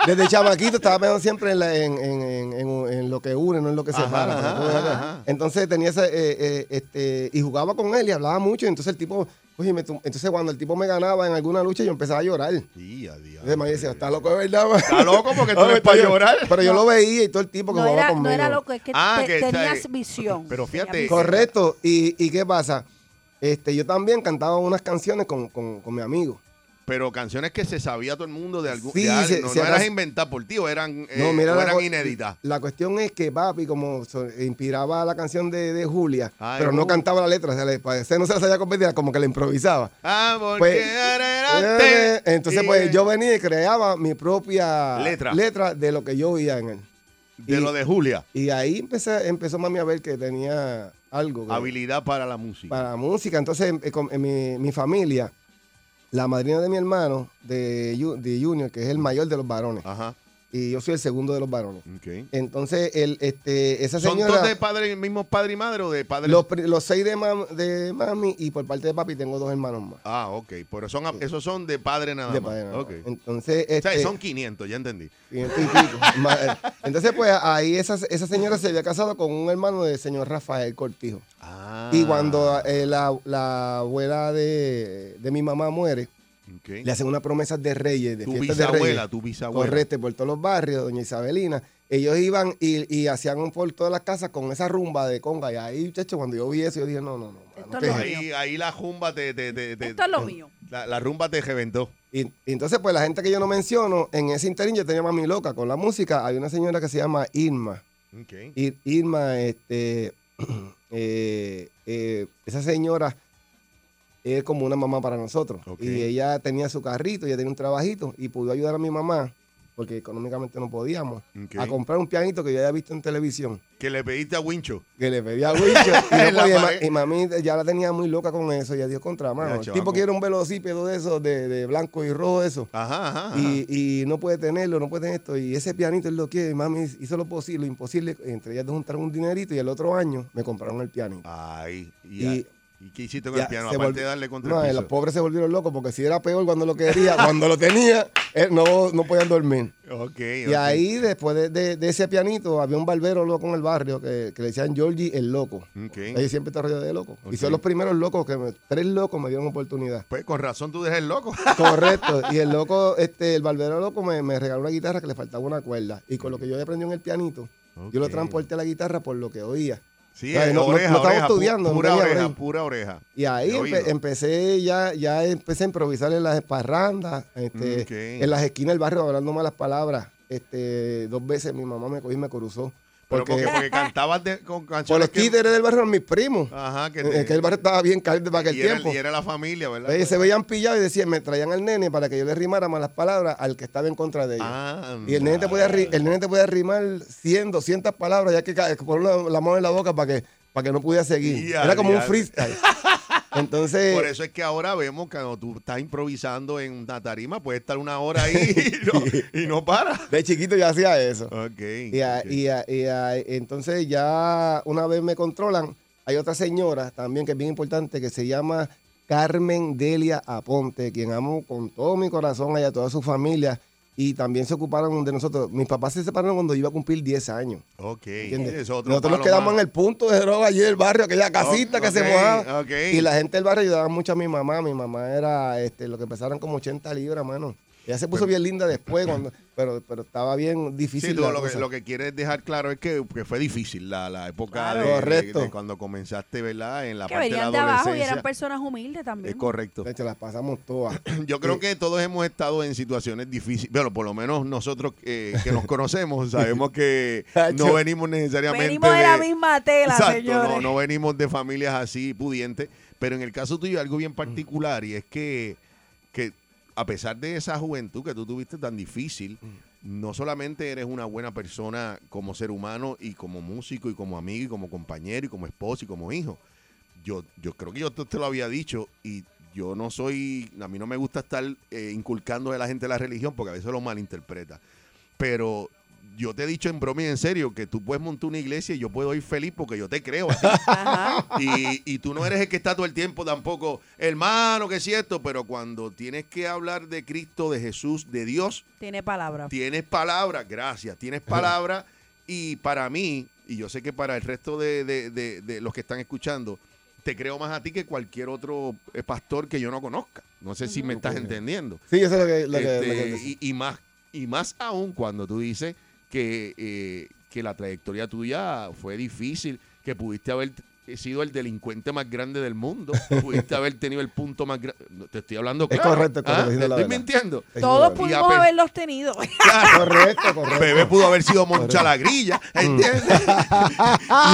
Speaker 6: desde chamaquito estaba pensando siempre en, la- en- en- en- en- en lo que une, no en lo que
Speaker 4: Ajá,
Speaker 6: separa.
Speaker 4: ajá,
Speaker 6: Pero,
Speaker 4: ajá,
Speaker 6: ajá.
Speaker 4: ajá.
Speaker 6: Entonces tenía ese, eh, eh, este, y jugaba con él y hablaba mucho, y entonces el tipo, oye, me tum- entonces cuando el tipo me ganaba en alguna lucha yo empezaba a llorar.
Speaker 4: Sí, adiós.
Speaker 6: Entonces me decía, está loco de verdad. ma?"
Speaker 4: Está loco porque tú
Speaker 6: Oye,
Speaker 4: eres para
Speaker 6: yo-
Speaker 4: llorar.
Speaker 6: Pero yo lo veía y todo el tipo que
Speaker 5: No
Speaker 6: jugaba
Speaker 5: era,
Speaker 6: conmigo.
Speaker 5: no era loco, es que,
Speaker 4: Ah,
Speaker 5: te-
Speaker 4: que está-
Speaker 5: tenías visión.
Speaker 4: Pero
Speaker 5: Tenías
Speaker 4: fíjate,
Speaker 5: visión.
Speaker 6: Correcto. ¿Y, y qué pasa? Este, yo también cantaba unas canciones con, con, con mi amigo.
Speaker 4: Pero canciones que se sabía todo el mundo de algún.
Speaker 6: Sí,
Speaker 4: de algo.
Speaker 6: se-
Speaker 4: no
Speaker 6: se
Speaker 4: no eras
Speaker 6: acaso-
Speaker 4: inventadas por ti, o eran, eh,
Speaker 6: No, mira
Speaker 4: o
Speaker 6: la
Speaker 4: eran
Speaker 6: co-
Speaker 4: inéditas.
Speaker 6: La cuestión es que papi, como so- inspiraba la canción de, de Julia,
Speaker 4: Ay,
Speaker 6: pero no
Speaker 4: uh.
Speaker 6: cantaba la letra, se le, parecía, no se la sabía completa, como que la improvisaba.
Speaker 4: Ah, porque
Speaker 6: Pues,
Speaker 4: era
Speaker 6: eh,
Speaker 4: antes.
Speaker 6: entonces,
Speaker 4: Y-
Speaker 6: pues yo venía y creaba mi propia
Speaker 4: Letra.
Speaker 6: de lo que yo oía en él.
Speaker 4: De
Speaker 6: y-
Speaker 4: lo de Julia.
Speaker 6: Y ahí empecé, empezó mami a ver que tenía algo. que-
Speaker 4: Habilidad para la música.
Speaker 6: para la música. Entonces, en- con- en mi, mi familia, la madrina de mi hermano, de, Ju- de Junior, que es el mayor de los varones,
Speaker 4: Ajá.
Speaker 6: y yo soy el segundo de los varones.
Speaker 4: ok.
Speaker 6: Entonces, el, este, esa
Speaker 4: ¿Son todos
Speaker 6: señora,
Speaker 4: de padre, mismo padre y madre o de padre?
Speaker 6: los, pri- los seis de, mam- de mami y por parte de papi tengo dos hermanos más.
Speaker 4: Ah, ok. Pero son, esos son de padre nada
Speaker 6: de
Speaker 4: más.
Speaker 6: padre, nada más.
Speaker 4: Ok.
Speaker 6: Entonces,
Speaker 4: O sea,
Speaker 6: este,
Speaker 4: son 500, ya entendí.
Speaker 6: y- y pico. Ma- Entonces, pues ahí esa, esa señora se había casado con un hermano del señor Rafael Cortijo.
Speaker 4: Ah.
Speaker 6: Y cuando eh, la, la abuela de, de mi mamá muere,
Speaker 4: Ok.
Speaker 6: le hacen una promesa de reyes, de
Speaker 4: Tu
Speaker 6: fiestas de
Speaker 4: bisabuela,
Speaker 6: reyes.
Speaker 4: tu bisabuela.
Speaker 6: Correcto, por todos los barrios, doña Isabelina. Ellos iban y, y hacían un por todas las casas con esa rumba de conga. Y ahí, chacho, cuando yo vi eso, yo dije, no, no, no.
Speaker 5: Esto
Speaker 6: mano,
Speaker 5: es lo
Speaker 6: ¿qué
Speaker 4: Ahí, ahí la rumba te. te- te- te-
Speaker 5: Esto es lo mío.
Speaker 4: La, la rumba te reventó.
Speaker 6: Y, y entonces, pues la gente que yo no menciono, en ese interín yo tenía mami loca con la música. Hay una señora que se llama Irma.
Speaker 4: Ok.
Speaker 6: Ir- Irma, este, eh, eh, esa señora es como una mamá para nosotros.
Speaker 4: Ok.
Speaker 6: Y ella tenía su carrito, ella tenía un trabajito y pudo ayudar a mi mamá, porque económicamente no podíamos,
Speaker 4: Ok.
Speaker 6: a comprar un pianito que yo había visto en televisión.
Speaker 4: Que le pediste a Wincho.
Speaker 6: Que le pedía a Wicho. y, no
Speaker 4: En la
Speaker 6: podía, y ma-
Speaker 4: pared.
Speaker 6: y mami ya la tenía muy loca con eso. Ya dio contra mano.
Speaker 4: Ya,
Speaker 6: El
Speaker 4: chaval,
Speaker 6: tipo
Speaker 4: como-
Speaker 6: quiere un velocípedo de esos, de, de blanco y rojo, eso.
Speaker 4: Ajá, ajá. ajá.
Speaker 6: Y, y no puede tenerlo, no puede tener esto. Y ese pianito es lo que y mami hizo lo posible, lo imposible. Entre ellas dos juntaron un dinerito y el otro año me compraron el pianito.
Speaker 4: Ay. Y,
Speaker 6: Y-
Speaker 4: ¿y qué hiciste con Ah, el
Speaker 6: Ya,
Speaker 4: piano?
Speaker 6: se
Speaker 4: Aparte
Speaker 6: volvi-
Speaker 4: de darle contra
Speaker 6: No, eh,
Speaker 4: el piso.
Speaker 6: los pobres se volvieron locos porque si era peor cuando lo quería, cuando lo tenía, eh, no, no podían dormir.
Speaker 4: Ok.
Speaker 6: Y ahí, después de, de- de ese pianito, había un barbero loco en el barrio que, que le decían Georgie el loco. Ahí siempre está rodeado de locos.
Speaker 4: Ok.
Speaker 6: Y son los primeros locos que me- tres locos me dieron oportunidad.
Speaker 4: Pues con razón tú dejas el loco.
Speaker 6: Correcto. Y el loco, este, el barbero loco me, me regaló una guitarra que le faltaba una cuerda. Y con lo que yo aprendí en el pianito, yo lo
Speaker 4: Ok.
Speaker 6: transporté a la guitarra por lo que oía.
Speaker 4: Sí,
Speaker 6: Ay,
Speaker 4: eh,
Speaker 6: no- no-
Speaker 4: oreja,
Speaker 6: no estaba
Speaker 4: oreja, pu-
Speaker 6: estudiando, no
Speaker 4: Pura
Speaker 6: tenía
Speaker 4: oreja,
Speaker 6: brain.
Speaker 4: pura oreja.
Speaker 6: Y ahí
Speaker 4: De
Speaker 6: empe- em-
Speaker 4: oído.
Speaker 6: empecé, ya, ya empecé a improvisar en las esparrandas, este,
Speaker 4: Ok.
Speaker 6: en las esquinas del barrio hablando malas palabras. Este, dos veces mi mamá me cogió y me cruzó.
Speaker 4: Pero
Speaker 6: Porque,
Speaker 4: porque, porque cantabas de- con
Speaker 6: por
Speaker 4: canciones
Speaker 6: los títeres del barrio eran mis primos.
Speaker 4: Ajá, que,
Speaker 6: Eh, que el barrio estaba bien caliente para aquel
Speaker 4: y era,
Speaker 6: tiempo.
Speaker 4: y era la familia, ¿verdad? Ah,
Speaker 6: Eh, se veían pillados y decían, me traían al nene para que yo le rimara malas palabras al que estaba en contra de ellos.
Speaker 4: Ah,
Speaker 6: Y el nene, te puede, arri- el nene te puede arrimar 100, 200 palabras, ya que ca- que poner la, la mano en la boca para que, para que no pudiera seguir.
Speaker 4: Ya,
Speaker 6: Era como
Speaker 4: ya.
Speaker 6: un freestyle. Entonces,
Speaker 4: Por eso es que ahora vemos que cuando tú estás improvisando en una tarima, puedes estar una hora ahí y no, y no para.
Speaker 6: de chiquito yo hacía eso.
Speaker 4: Ok.
Speaker 6: Y, a-
Speaker 4: ok.
Speaker 6: y a- y a- entonces ya una vez me controlan, hay otra señora también que es bien importante que se llama Carmen Delia Aponte, quien amo con todo mi corazón a ella, a toda su familia. Y también se ocuparon de nosotros. Mis papás se separaron cuando yo iba a cumplir 10 años.
Speaker 4: ok.
Speaker 6: ¿Entiendes?
Speaker 4: Es otro
Speaker 6: Nosotros nos
Speaker 4: palo
Speaker 6: quedamos
Speaker 4: más.
Speaker 6: en el punto de droga allí del barrio, aquella casita que
Speaker 4: ok,
Speaker 6: se mojaba.
Speaker 4: ok.
Speaker 6: Y la gente del barrio ayudaba mucho a mi mamá. Mi mamá era este, lo que pesaron como 80 libras, mano. Ella se puso bien linda después, cuando, pero, pero estaba bien difícil.
Speaker 4: Sí, tú
Speaker 6: la
Speaker 4: lo que,
Speaker 6: cosa.
Speaker 4: lo que quieres dejar claro es que, que fue difícil la, la época
Speaker 6: Claro.
Speaker 4: de, de-
Speaker 6: Correcto.
Speaker 4: de cuando comenzaste, ¿verdad? En la
Speaker 5: Que
Speaker 4: parte de la
Speaker 5: venían de abajo y
Speaker 4: adolescencia.
Speaker 5: eran personas humildes
Speaker 4: es
Speaker 5: también.
Speaker 4: correcto.
Speaker 6: De hecho, las pasamos todas.
Speaker 4: Yo
Speaker 6: eh.
Speaker 4: creo que todos hemos estado en situaciones difíciles. Bueno, por lo menos nosotros eh, que nos conocemos sabemos que no
Speaker 6: Hacho.
Speaker 4: venimos necesariamente
Speaker 5: Venimos de la
Speaker 4: de-
Speaker 5: misma tela,
Speaker 4: Exacto,
Speaker 5: señores.
Speaker 4: No, no venimos de familias así pudientes, pero en el caso tuyo algo bien particular y es que, que a pesar de esa juventud que tú tuviste tan difícil, no solamente eres una buena persona como ser humano y como músico y como amigo y como compañero y como esposo y como hijo. Yo, yo creo que yo te, te lo había dicho y yo no soy, a mí no me gusta estar eh, inculcando a la gente la religión porque a veces lo malinterpreta pero yo te he dicho en broma y en serio que tú puedes montar una iglesia y yo puedo ir feliz porque yo te creo. a ti.
Speaker 5: Ajá.
Speaker 4: y, y tú no eres el que está todo el tiempo tampoco, hermano, que es cierto, pero cuando tienes que hablar de Cristo, de Jesús, de Dios,
Speaker 5: Tiene palabra.
Speaker 4: tienes palabra, gracias, tienes palabra. Y para mí, y yo sé que para el resto de, de- de- de los que están escuchando, te creo más a ti que cualquier otro eh, pastor que yo no conozca. No sé si me estás entendiendo.
Speaker 6: Sí, eso es lo que. Lo que- lo
Speaker 4: Este,
Speaker 6: que-
Speaker 4: y, y más y más aún cuando tú dices que, eh, que la trayectoria tuya fue difícil, que pudiste haber t- sido el delincuente más grande del mundo, pudiste haber tenido el punto más grande. Te estoy hablando
Speaker 6: Es
Speaker 4: claro.
Speaker 6: correcto, es correcto,
Speaker 4: ¿Ah?
Speaker 6: diciendo la
Speaker 4: Estoy
Speaker 6: verdad.
Speaker 4: mintiendo.
Speaker 6: es
Speaker 5: Todos
Speaker 6: verdad.
Speaker 5: pudimos
Speaker 4: pe-
Speaker 5: haberlos tenido.
Speaker 6: Correcto, correcto.
Speaker 4: Bebé pudo haber sido Moncha la Grilla,
Speaker 6: Mm.
Speaker 4: ¿entiendes?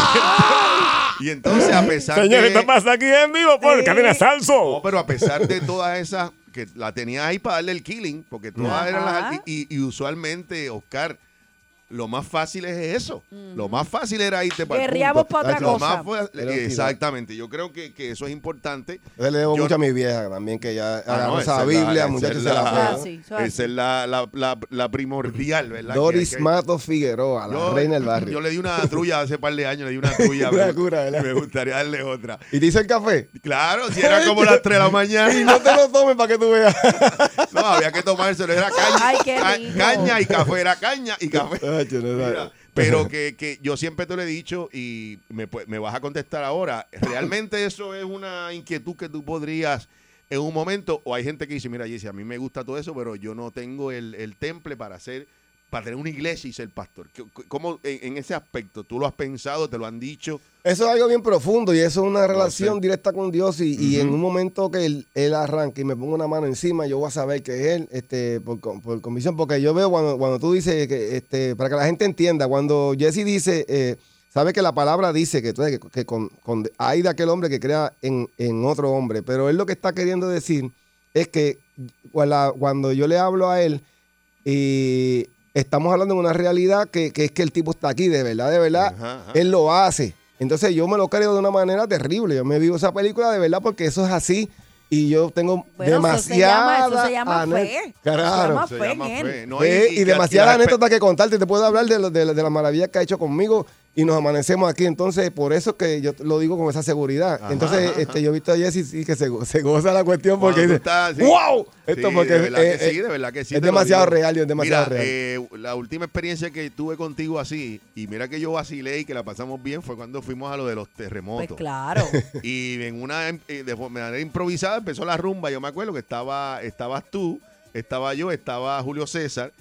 Speaker 4: y entonces, a pesar
Speaker 8: Señores,
Speaker 4: de...
Speaker 8: esto pasa aquí en vivo por Cadena
Speaker 4: No,
Speaker 6: Oh.
Speaker 8: Salso.
Speaker 4: pero a pesar de todas esas que la tenía ahí para darle el killing, porque todas
Speaker 5: Ajá.
Speaker 4: eran las y, y usualmente Oscar lo más fácil es eso. Lo más fácil era irte para el
Speaker 5: Guerreamos
Speaker 4: punto.
Speaker 5: pa' otra
Speaker 4: Lo
Speaker 5: cosa.
Speaker 4: más fue-
Speaker 6: Pero sí,
Speaker 4: exactamente. Yo creo que, que eso es importante.
Speaker 6: Yo le debo
Speaker 4: Yo
Speaker 6: mucho a
Speaker 4: no-
Speaker 6: mi vieja también, que ya
Speaker 4: Ah,
Speaker 6: agarró
Speaker 4: no,
Speaker 6: esa
Speaker 4: es
Speaker 6: Biblia,
Speaker 4: esa
Speaker 6: muchachos
Speaker 4: es
Speaker 6: se la
Speaker 5: fue,
Speaker 4: la-
Speaker 5: Ah, sí, eso es
Speaker 4: Esa es la, la, la- la primordial, ¿verdad? Que-
Speaker 6: Doris
Speaker 4: que-
Speaker 6: Matos Figueroa, la
Speaker 4: yo-
Speaker 6: reina del barrio.
Speaker 4: Yo le di una trulla hace par de años, le di una trulla.
Speaker 6: Una
Speaker 4: me-
Speaker 6: cura, ¿verdad?
Speaker 4: me gustaría darle otra.
Speaker 6: ¿Y te hice el café?
Speaker 4: Claro, si era como las 3 de la
Speaker 6: Y
Speaker 4: mañana.
Speaker 6: no te lo tomes para que tú veas.
Speaker 4: No, había que tomárselo. Era caña,
Speaker 5: Ay, qué
Speaker 4: ca-
Speaker 5: rico.
Speaker 4: caña y café. Era caña y café.
Speaker 6: Ay, yo no
Speaker 4: Mira,
Speaker 6: sabía.
Speaker 4: pero que, que yo siempre te lo he dicho y me, pu- me vas a contestar ahora. ¿Realmente eso es una inquietud que tú podrías en un momento? O hay gente que dice, mira, Jesse, a mí me gusta todo eso, pero yo no tengo el, el temple para hacer para tener una iglesia y ser pastor. ¿Qué- qué- ¿Cómo en, en ese aspecto tú lo has pensado, te lo han dicho?
Speaker 6: Eso es algo bien profundo y eso es una relación
Speaker 4: sí.
Speaker 6: directa con Dios y, y en un momento que él, él arranque y me ponga una mano encima, yo voy a saber que es él este, por, con- por convicción, porque yo veo cuando, cuando tú dices, que, este, para que la gente entienda, cuando Jesse dice, eh, sabe que la palabra dice que, tú sabes, que, que con, con- hay de aquel hombre que crea en, en otro hombre, pero él lo que está queriendo decir es que cuando la- cuando yo le hablo a él, y estamos hablando de una realidad que, que es que el tipo está aquí, de verdad, de verdad,
Speaker 4: Ajá, ajá.
Speaker 6: él lo hace. Entonces yo me lo creo de una manera terrible. Yo me vivo esa película de verdad porque eso es así. Y yo tengo
Speaker 5: Bueno, eso se llama-
Speaker 6: demasiada...
Speaker 5: eso se llama
Speaker 6: ane-
Speaker 5: fe.
Speaker 6: Claro.
Speaker 5: Eso se llama fe en él.
Speaker 4: No,
Speaker 6: Fe y,
Speaker 4: que-
Speaker 6: demasiadas
Speaker 4: y la-
Speaker 6: anécdotas que contarte. Te puedo hablar de, lo- de, la- de la maravilla que ha hecho conmigo y nos amanecemos aquí. Entonces, por eso es que yo lo digo con esa seguridad.
Speaker 4: Ajá,
Speaker 6: Entonces,
Speaker 4: ajá,
Speaker 6: este, yo he visto a Jessy sí, que se, go- se goza la cuestión porque
Speaker 4: Cuando
Speaker 6: dice,
Speaker 4: tú estás así.
Speaker 6: ¡Wow! Esto
Speaker 4: Sí,
Speaker 6: porque
Speaker 4: de verdad
Speaker 6: eh,
Speaker 4: que sí,
Speaker 6: eh,
Speaker 4: de verdad que sí,
Speaker 6: es
Speaker 4: te lo
Speaker 6: demasiado
Speaker 4: digo.
Speaker 6: real y es demasiado
Speaker 4: Mira,
Speaker 6: real.
Speaker 4: eh, la última experiencia que tuve contigo así, y mira que yo vacilé y que la pasamos bien, fue cuando fuimos a lo de los terremotos.
Speaker 5: Pues claro.
Speaker 4: Y en una eh, de manera improvisada empezó la rumba. Yo me acuerdo que estaba, estabas tú, estaba yo, estaba Julio César,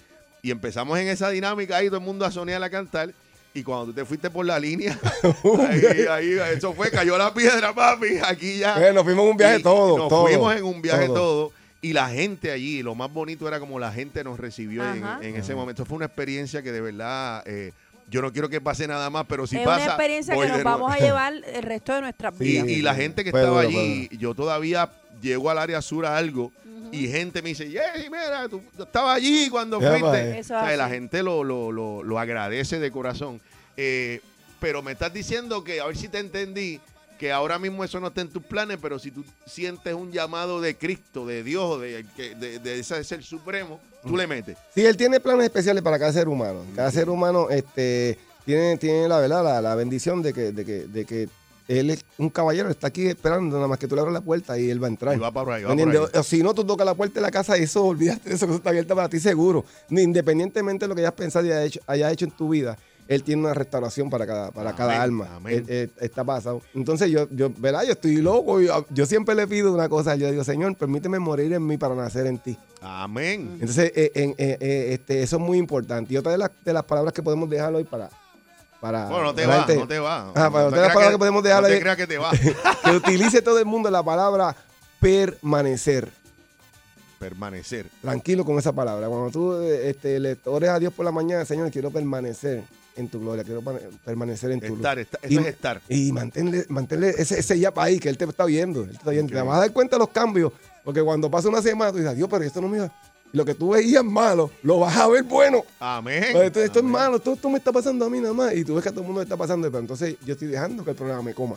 Speaker 4: y empezamos en esa dinámica ahí, todo el mundo a sonear a cantar. Y cuando tú te fuiste por la línea, ahí, ahí, eso fue, cayó la piedra, papi. Aquí ya.
Speaker 6: eh, nos fuimos en un viaje
Speaker 4: Y
Speaker 6: todo.
Speaker 4: Nos
Speaker 6: todo,
Speaker 4: fuimos en un viaje todo.
Speaker 6: todo.
Speaker 4: Y la gente allí, lo más bonito era como la gente nos recibió en,
Speaker 5: Ajá.
Speaker 4: en ese momento. Fue una experiencia que de verdad, eh, yo no quiero que pase nada más, pero si
Speaker 5: es
Speaker 4: pasa.
Speaker 5: una experiencia
Speaker 4: voy
Speaker 5: que nos
Speaker 4: de nuevo.
Speaker 5: vamos a llevar el resto de nuestras
Speaker 4: Y,
Speaker 5: vidas.
Speaker 4: y la gente que
Speaker 6: Fue
Speaker 4: estaba
Speaker 6: duro,
Speaker 4: allí, yo todavía llego al área sur a algo y gente me dice, "Yey, mira, tú yo estaba allí cuando
Speaker 6: Ya,
Speaker 4: fuiste.
Speaker 6: mae.
Speaker 5: Eso
Speaker 4: O sea,
Speaker 5: hace.
Speaker 4: la gente lo, lo, lo, lo agradece de corazón. Eh, pero me estás diciendo que, a ver si te entendí, que ahora mismo eso no está en tus planes, pero si tú sientes un llamado de Cristo, de Dios, de, que- de, de ese ser supremo, tú
Speaker 6: Mm.
Speaker 4: le metes.
Speaker 6: Sí, él tiene planes especiales para cada ser humano. Cada ser humano este, tiene, tiene la, ¿verdad? la, la bendición de que, de, que, de que él es un caballero, está aquí esperando, nada más que tú le abras la puerta y él va a entrar.
Speaker 4: Y va por ahí, va
Speaker 6: ¿Me
Speaker 4: por ahí.
Speaker 6: entiendes? O Si no, tú tocas la puerta de la casa, eso, olvídate de eso, que eso está abierta para ti seguro. Ni- Independientemente de lo que hayas pensado y hayas hecho, hayas hecho en tu vida, él tiene una restauración para cada, para
Speaker 4: Amén,
Speaker 6: cada alma.
Speaker 4: amén.
Speaker 6: Él- él está pasado. Entonces, yo, yo, ¿verdad? Yo estoy loco. Yo, yo siempre le pido una cosa. Yo digo, Señor, permíteme morir en mí para nacer en ti.
Speaker 4: Amén.
Speaker 6: Entonces, eh, en- eh, eh, este, eso es muy importante. Y otra de las, de las palabras que podemos dejar hoy para. para
Speaker 4: Bueno, no te
Speaker 6: para
Speaker 4: va,
Speaker 6: gente-
Speaker 4: no te va.
Speaker 6: Ah, para
Speaker 4: No te
Speaker 6: otra de las
Speaker 4: creas
Speaker 6: palabras que, podemos dejar
Speaker 4: no te
Speaker 6: ahí-
Speaker 4: creas que te va.
Speaker 6: que utilice todo el mundo la palabra permanecer.
Speaker 4: Permanecer.
Speaker 6: Tranquilo con esa palabra. Cuando tú eh, este, le ores a Dios por la mañana, Señor, quiero permanecer en tu gloria, quiero pa- permanecer en tu luz.
Speaker 4: Estar, estar- eso
Speaker 6: Y-
Speaker 4: es estar.
Speaker 6: Y manténle, manténle ese, ese yap ahí que él te está viendo. Él te, está viendo. Te vas a dar cuenta de los cambios. Porque cuando pasa una semana, tú dices, Dios, pero esto no me va. Lo que tú veías malo, lo vas a ver bueno.
Speaker 4: Amén.
Speaker 6: Oye, esto, esto es
Speaker 4: Amén.
Speaker 6: malo, esto, esto me está pasando a mí nada más. Y tú ves que a todo el mundo le está pasando. Pero entonces yo estoy dejando que el problema me coma.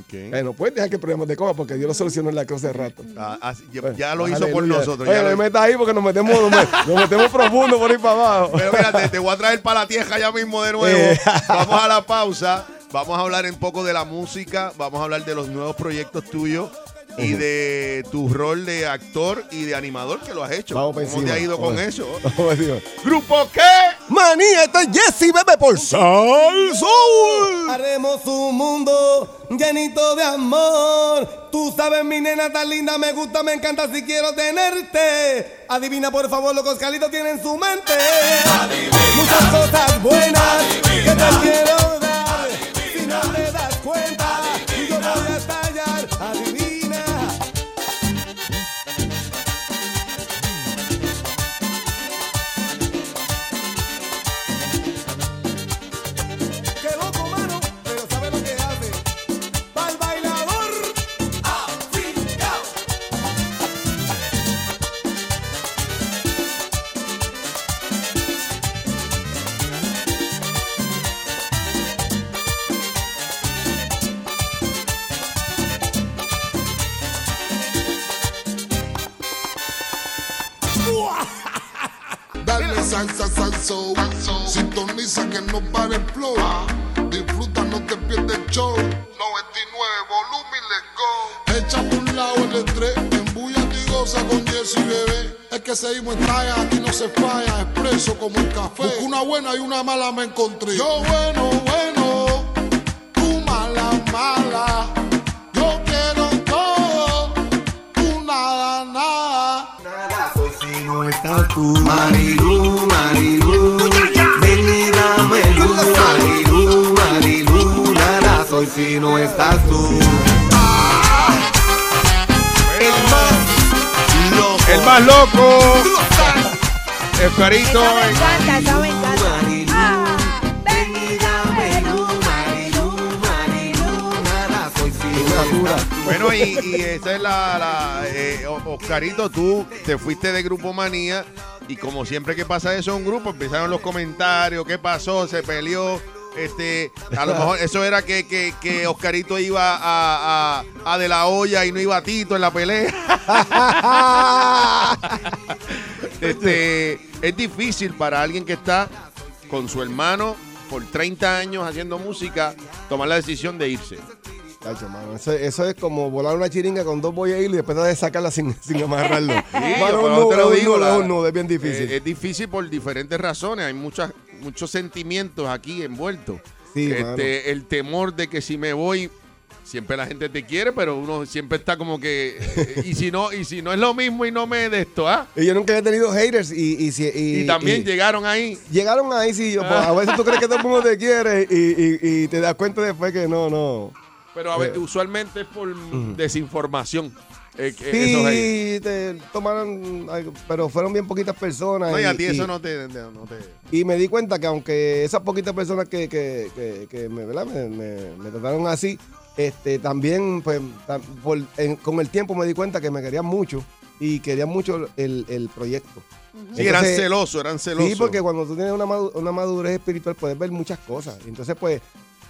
Speaker 4: Ok.
Speaker 6: Eh, no puedes dejar que el problema te coma porque Dios lo solucionó en la cruz hace rato.
Speaker 4: Ah, así- ya,
Speaker 6: Bueno,
Speaker 4: ya lo hizo por
Speaker 6: aleluya.
Speaker 4: nosotros.
Speaker 6: Oye,
Speaker 4: ya lo
Speaker 6: no me
Speaker 4: hizo.
Speaker 6: metas ahí porque nos metemos, nos met- nos metemos profundo por ahí para abajo.
Speaker 4: Pero mira, te, te voy a traer para la tierra ya mismo de nuevo.
Speaker 6: Eh.
Speaker 4: Vamos a la pausa. Vamos a hablar un poco de la música. Vamos a hablar de los nuevos proyectos tuyos y de tu rol de actor y de animador que lo has hecho.
Speaker 6: Vamos para
Speaker 4: ¿Cómo te
Speaker 6: encima.
Speaker 4: ha ido con
Speaker 6: Vamos.
Speaker 4: eso?
Speaker 6: Vamos, Oh, Dios.
Speaker 4: ¿Grupo qué?
Speaker 6: Manía, esto es Jesse Bebe por Sal Soul.
Speaker 7: Haremos un mundo llenito de amor. Tú sabes, mi nena tan linda, me gusta, me encanta, si quiero tenerte. Adivina, por favor, lo que Oscarito tiene en su mente. Muchas cosas buenas que te quiero dar. Si no te das cuenta, yo voy a estallar. Adivina. que loco mano, pero sabe lo que hace. Pa'l bailador, africao.
Speaker 9: salsa, salso. Sintoniza que no para el flow. Disfruta, no te pierdes el show. 99 volumen, let's go. Echa por un lado el estrés. Embúllate y goza con Jessy bebé. Es que seguimos en talla, aquí no se falla. Expreso como el café. Busco una buena y una mala me encontré. Yo bueno, bueno. Tú mala, mala. Yo quiero todo. Tú nada, nada.
Speaker 7: no estás tú. Marilu, Marilu, ven y dame luz. Marilu, Marilu, nada soy si no estás tú. El más loco.
Speaker 4: El más loco,
Speaker 7: Tú lo sabes.
Speaker 4: el perito.
Speaker 5: Esa me encanta, esa me encanta.
Speaker 7: Marilu,
Speaker 5: Ah,
Speaker 7: Ven y dame luz, Marilu, Marilu, nada soy si no estás tú.
Speaker 4: Bueno, y, y esa es la. la, eh, O- Oscarito, tú te fuiste de Grupo Manía. Y como siempre que pasa eso en un grupo, empezaron los comentarios: ¿qué pasó? ¿Se peleó? Este, a lo mejor eso era que, que, que Oscarito iba a, a- a De La Olla y no iba a Tito en la pelea. este, es difícil para alguien que está con su hermano por 30 años haciendo música tomar la decisión de irse.
Speaker 6: Tacho, mano, eso, eso es como volar una chiringa con dos boyas de hilo y después de sacarla sin, sin amarrarlo. Mano,
Speaker 4: pero
Speaker 6: un nudo,
Speaker 4: te lo
Speaker 6: un
Speaker 4: digo,
Speaker 6: nudo,
Speaker 4: la-
Speaker 6: un nudo, es bien difícil.
Speaker 4: Eh, es difícil por diferentes razones. Hay muchas, muchos sentimientos aquí envueltos.
Speaker 6: Sí,
Speaker 4: Este,
Speaker 6: mano.
Speaker 4: el temor de que si me voy, siempre la gente te quiere, pero uno siempre está como que. eh, y si no, y si no es lo mismo y no me de esto, ¿ah?
Speaker 6: y yo nunca había tenido haters y, y, si-
Speaker 4: Y,
Speaker 6: y-
Speaker 4: también
Speaker 6: y-
Speaker 4: llegaron ahí.
Speaker 6: llegaron ahí sí, yo, pues, a veces tú crees que todo el mundo te quiere y, y- y te das cuenta después que no, no. Eh.
Speaker 4: Pero a ver, usualmente es por desinformación. eh, que esos haters.
Speaker 6: Sí, te tomaron, algo, pero fueron bien poquitas personas.
Speaker 4: No, y a ti
Speaker 6: y-
Speaker 4: eso
Speaker 6: y-
Speaker 4: no te. no te-
Speaker 6: Y me di cuenta que aunque esas poquitas personas que, que- que- que me, ¿verdad? me, me- me trataron así, este, también pues, tam- por- en- con el tiempo me di cuenta que me querían mucho y querían mucho el, el proyecto.
Speaker 4: Sí, eran
Speaker 6: Entonces,
Speaker 4: celosos, eran celosos.
Speaker 6: Sí, porque cuando tú tienes una, madu- una madurez espiritual puedes ver muchas cosas. Entonces, pues,